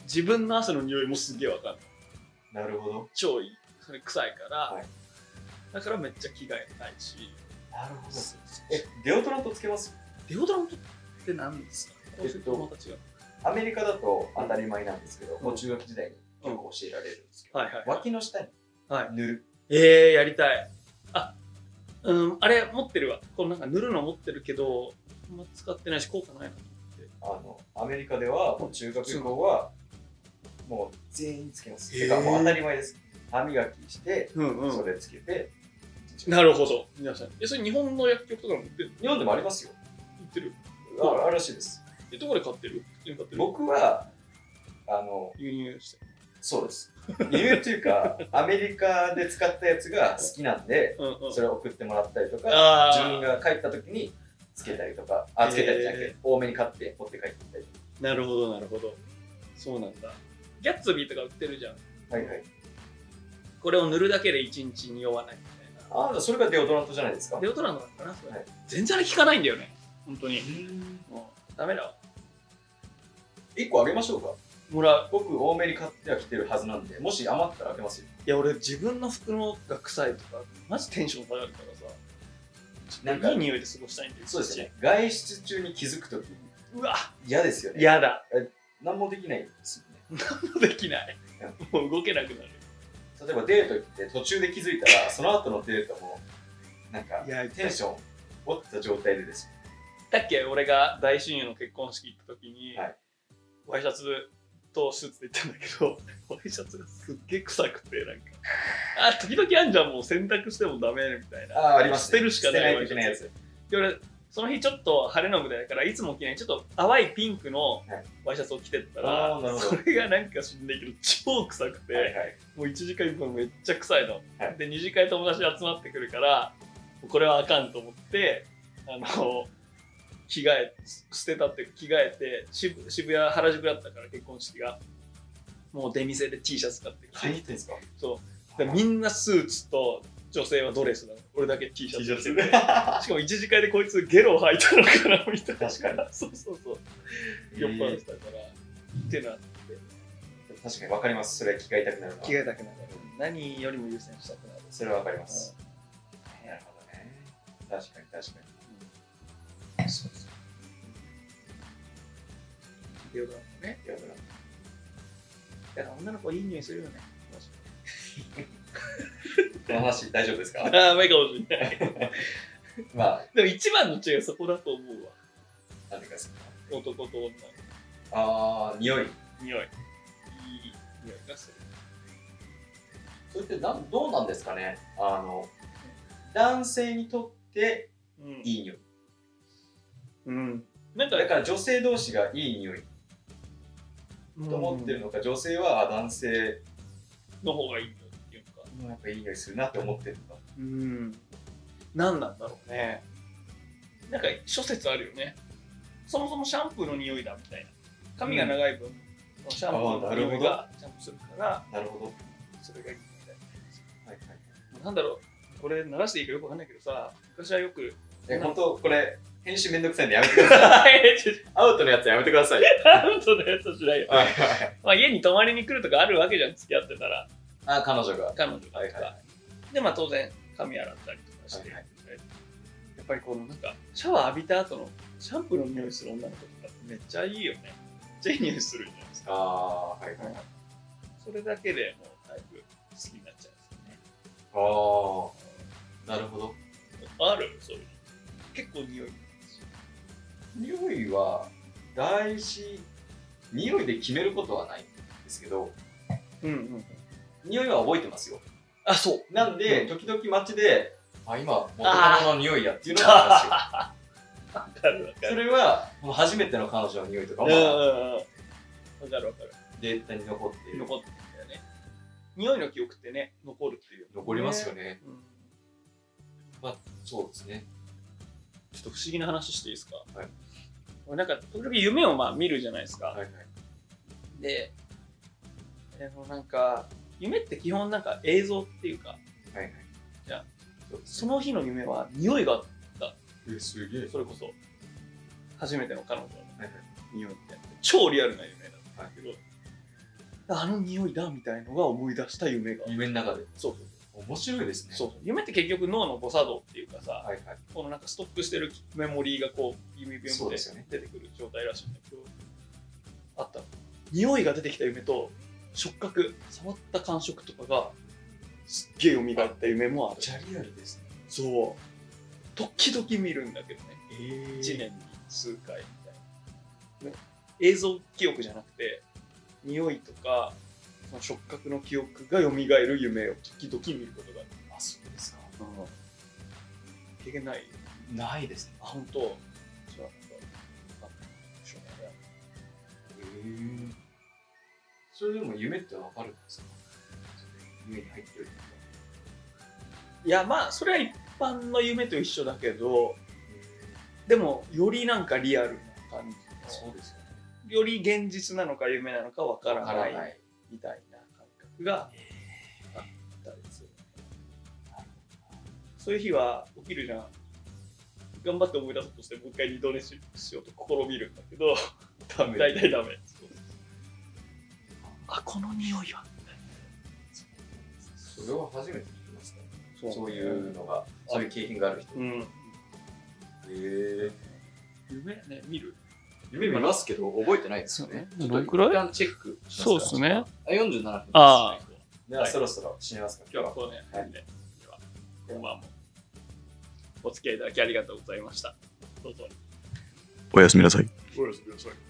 [SPEAKER 1] 自分の汗の匂いもすげえわかる
[SPEAKER 3] なるほど。
[SPEAKER 1] 超いいそれ臭いから、
[SPEAKER 3] はい
[SPEAKER 1] だからめっちゃ着替えたいし
[SPEAKER 3] なるほど。え、デオドラントつけます
[SPEAKER 1] デオドラントって何ですか
[SPEAKER 3] えっと
[SPEAKER 1] また違う
[SPEAKER 3] アメリカだと当たり前なんですけど、
[SPEAKER 1] ん
[SPEAKER 3] もう中学時代に結構教えられるんですけど、
[SPEAKER 1] はいはい
[SPEAKER 3] 脇の下に
[SPEAKER 1] はい
[SPEAKER 3] 塗る。
[SPEAKER 1] えー、やりたい。あ、うん、あれ持ってるわ。このなんか塗るの持ってるけど、あんま使ってないし、効果ないなと思って。
[SPEAKER 3] あの、アメリカではもう中学以降は、もう全員つけます。
[SPEAKER 1] へー
[SPEAKER 3] てかもう当たり前です。歯磨きして、
[SPEAKER 1] うん
[SPEAKER 3] そ。れつけて、
[SPEAKER 1] なるほど。皆さん。え、それ日本の薬局とかも売ってる
[SPEAKER 3] 日本でもありますよ。
[SPEAKER 1] 売ってる
[SPEAKER 3] ああるらしいです。
[SPEAKER 1] え、どこで買ってる普通に買ってる
[SPEAKER 3] 僕は、あの、
[SPEAKER 1] 輸入して。
[SPEAKER 3] そうです。輸入とい
[SPEAKER 1] [LAUGHS]
[SPEAKER 3] うか、アメリカで使ったやつが好きなんで、
[SPEAKER 1] うんうん。
[SPEAKER 3] それを送ってもらったりとか、
[SPEAKER 1] あ
[SPEAKER 3] 自分
[SPEAKER 1] あ、
[SPEAKER 3] が帰った時につけたりとか、あ、つけたりじゃなくて、多めに買って持って帰ってきたり
[SPEAKER 1] なるほど、なるほど。そうなんだ。ギャッツビーとか売ってるじゃん。
[SPEAKER 3] はいはい。
[SPEAKER 1] これを塗るだけで一日に酔わないみたいな。
[SPEAKER 3] ああ、それがデオドラントじゃないですか
[SPEAKER 1] デ。オトランドなのかなそれ、
[SPEAKER 3] はい
[SPEAKER 1] 全然あれ効かないんだよね。本当に。もうダメだわ。
[SPEAKER 3] 1個あげましょうか。
[SPEAKER 1] もらう。
[SPEAKER 3] 僕、多めに買ってはきてるはずなんで、もし余ったらあげますよ。
[SPEAKER 1] いや俺自分の服のが臭いとかマジテンション下がるからさ
[SPEAKER 3] な
[SPEAKER 1] なんん
[SPEAKER 3] か
[SPEAKER 1] かいい匂いで過ごしたいんだよ
[SPEAKER 3] そうですよね。外出中に気づくとき、
[SPEAKER 1] うわ
[SPEAKER 3] 嫌ですよね。、
[SPEAKER 1] やだ [LAUGHS]
[SPEAKER 3] 何もできないですよね。
[SPEAKER 1] できないもう動けなくなる
[SPEAKER 3] 例えばデート行って途中で気づいたら、その後のデートも、なんか、
[SPEAKER 1] いや
[SPEAKER 3] テンション落ちた状態でですよ。
[SPEAKER 1] だっけ俺が大親友の結婚式行った時に、
[SPEAKER 3] はい
[SPEAKER 1] ワイシャツとスーツで行ったんだけど [LAUGHS] ワイシャツがすっげえ臭くてなんかあ時々あんじゃんもう洗濯してもダメみたいな
[SPEAKER 3] ああ、あります、
[SPEAKER 1] 捨てるしかない
[SPEAKER 3] 捨てないといけないやつ。
[SPEAKER 1] で俺その日ちょっと晴れの舞台だからいつも着ないちょっと淡いピンクの
[SPEAKER 3] い
[SPEAKER 1] ワイシャツを着てったら、
[SPEAKER 3] あーなるほ
[SPEAKER 1] そ
[SPEAKER 3] ど
[SPEAKER 1] れがなんか知んないけど超臭くて、
[SPEAKER 3] はいはい。
[SPEAKER 1] もう1次会分めっちゃ臭いの、
[SPEAKER 3] はい
[SPEAKER 1] で2次会友達集まってくるからもうこれはあかんと思ってあの着替え捨てたっていうか着替えて渋渋谷原宿だったから結婚式がもう出店で T シャツ買ってきて、
[SPEAKER 3] 買いに行ってんですか
[SPEAKER 1] そうでみんなスーツと女性はドレスなの俺だけ T シャツ
[SPEAKER 3] [LAUGHS]
[SPEAKER 1] 着てて
[SPEAKER 3] T
[SPEAKER 1] しかも1次会でこいつゲロ吐いたのかなみたいな
[SPEAKER 3] 確かに
[SPEAKER 1] そうそうそう
[SPEAKER 3] え
[SPEAKER 1] 酔っ払っ
[SPEAKER 3] ー
[SPEAKER 1] てたから、ってな
[SPEAKER 3] 確かに分かります。それは着替えたくなるな。
[SPEAKER 1] 替えたくなる何よりも優先したくなる
[SPEAKER 3] それは分かります。なるほどね。確かに確かに。そうそう。
[SPEAKER 1] デオドラントね
[SPEAKER 3] デオドラント
[SPEAKER 1] だから女の子いい匂いするよね。
[SPEAKER 3] この話大丈夫ですか [LAUGHS]
[SPEAKER 1] ああ、まいかもしれない。
[SPEAKER 3] まあ、
[SPEAKER 1] でも一番の違いはそこだと思うわ。
[SPEAKER 3] 何ですか。
[SPEAKER 1] 男と女の
[SPEAKER 3] ああ、匂い。
[SPEAKER 1] 匂い。いい匂いがする。
[SPEAKER 3] それってなんどうなんですかねあの、男性にとって
[SPEAKER 1] うん。
[SPEAKER 3] いい匂い。
[SPEAKER 1] うん。なんか、
[SPEAKER 3] だから女性同士がいい匂いと思ってる
[SPEAKER 1] の。
[SPEAKER 3] のか、女性はあ男性
[SPEAKER 1] の方がいい匂いっていうか。
[SPEAKER 3] のやっぱいい匂いするなって思ってるのか。
[SPEAKER 1] うん。何なんだろうね。なんか諸説あるよね。そもそもシャンプーの匂いだみたいな。髪が長い分、シャンプーの匂いがシャンプーするから、
[SPEAKER 3] なるほど。は
[SPEAKER 1] それがいいみたいない
[SPEAKER 3] はいはい。
[SPEAKER 1] なんだろう。これ流していいかよくわかんないけどさ、昔はよく
[SPEAKER 3] え、本当これ、編集めんどくさいんでやめてください。 [LAUGHS] アウトのやつやめてくだ [LAUGHS] さい。
[SPEAKER 1] アウトのやつはしないよ。
[SPEAKER 3] はいはい。
[SPEAKER 1] まあ、家に泊まりに来るとかあるわけじゃん、付き合ってたら、
[SPEAKER 3] あ、彼女が。は
[SPEAKER 1] 彼女とか。
[SPEAKER 3] はいはいは
[SPEAKER 1] で、まあ、当然、髪洗ったりとかして、
[SPEAKER 3] いはい
[SPEAKER 1] やっぱりこのなんか、シャワー浴びた後のシャンプーの匂いする女の子とかってめっちゃいいよね。めっちゃいい匂いするじゃないですか。
[SPEAKER 3] ああ、はいはい。
[SPEAKER 1] それだけでもうだいぶ好きになっちゃうんですよね。
[SPEAKER 3] ああ、なるほど。
[SPEAKER 1] あるそういうの。結構匂い。
[SPEAKER 3] 匂いは大事。匂いで決めることはないんですけど、
[SPEAKER 1] うんうん。
[SPEAKER 3] 匂いは覚えてますよ。
[SPEAKER 1] あ、そう。
[SPEAKER 3] なんで、
[SPEAKER 1] うん
[SPEAKER 3] 時々街で、あ、今、元カノの匂いやっていうのがあるんで
[SPEAKER 1] わかるわか
[SPEAKER 3] すよ。そ
[SPEAKER 1] る。
[SPEAKER 3] れは、もう初めての彼女の匂いとか
[SPEAKER 1] う
[SPEAKER 3] も
[SPEAKER 1] ん、うんうん。わかるわかる。
[SPEAKER 3] データに残っている。
[SPEAKER 1] 残ってるんだよね。匂いの記憶ってね、残るっていう。
[SPEAKER 3] 残りますよね。
[SPEAKER 1] うん
[SPEAKER 3] そうですね。
[SPEAKER 1] ちょっと不思議な話していいですか、
[SPEAKER 3] はい
[SPEAKER 1] 俺なんか時々夢をまあ見るじゃないですか、
[SPEAKER 3] はいはい。
[SPEAKER 1] ででもなんか夢って基本なんか映像っていうか
[SPEAKER 3] はいはい。
[SPEAKER 1] じゃあ、
[SPEAKER 3] そうです
[SPEAKER 1] その日の夢は匂いが
[SPEAKER 3] え、すげえ。
[SPEAKER 1] それこそ初めての彼女の
[SPEAKER 3] はいはい
[SPEAKER 1] 匂いみたいな超リアルな夢だったんだけど、あの匂いだみたいのが思い出した夢が、
[SPEAKER 3] 夢の中で。
[SPEAKER 1] そうそう
[SPEAKER 3] 面白いですね。
[SPEAKER 1] そうそう夢って結局脳の誤作動っていうかさ、
[SPEAKER 3] はいはい。
[SPEAKER 1] このなんかストックしてるメモリーがこうビュンビュンビュン
[SPEAKER 3] そう
[SPEAKER 1] っ
[SPEAKER 3] で
[SPEAKER 1] て
[SPEAKER 3] すよね
[SPEAKER 1] 出てくる状態らしいんだけど、あったの匂いが出てきた夢と触覚触った感触とかがすっげえ蘇った夢もあ
[SPEAKER 3] チ
[SPEAKER 1] る
[SPEAKER 3] ャリアルですね。
[SPEAKER 1] そう時々見るんだけどね1
[SPEAKER 3] え
[SPEAKER 1] 年に数回みたいな、ね映像記憶じゃなくて匂いとかその触覚の記憶が蘇る夢を時々見ることがある、
[SPEAKER 3] あ、そうですか。
[SPEAKER 1] 経験ない
[SPEAKER 3] ないですね。
[SPEAKER 1] あ、本当。そうなんだ。あ、しょうがない。
[SPEAKER 3] えー、それでも夢ってわかるんですか夢に入ってるとか。
[SPEAKER 1] いや、まあ、それは一般の夢と一緒だけど、でも、よりなんかリアルな感じ
[SPEAKER 3] そうですよね。
[SPEAKER 1] の。より現実なのか夢なのかわからない
[SPEAKER 3] い。
[SPEAKER 1] みたいな感覚があったりする。そういう日は起きるじゃん。頑張って思い出そうとして、もう一回二度寝しようと試みるんだけど、
[SPEAKER 3] ダメ
[SPEAKER 1] 大体ダメ。あ、この匂いは。
[SPEAKER 3] それは初めて聞きますね。
[SPEAKER 1] そう
[SPEAKER 3] そういうのが、そういう経験がある人。
[SPEAKER 1] うん。
[SPEAKER 3] えー、
[SPEAKER 1] 夢ね、見る。
[SPEAKER 2] 夢見ますけど、覚えてないですよね。
[SPEAKER 1] そうね
[SPEAKER 2] ちょっと
[SPEAKER 1] どのくらい
[SPEAKER 2] 一旦チェックしますか
[SPEAKER 1] そうです。ね。
[SPEAKER 2] あ、47分です。
[SPEAKER 1] ああ。
[SPEAKER 3] では、
[SPEAKER 1] はい
[SPEAKER 3] そろそろ締めますか、
[SPEAKER 1] 今日はこうね、
[SPEAKER 3] はい
[SPEAKER 1] では、こんばんも。お付き合いいただきありがとうございました。どうぞ。
[SPEAKER 2] おやすみなさい。
[SPEAKER 1] おやすみなさい。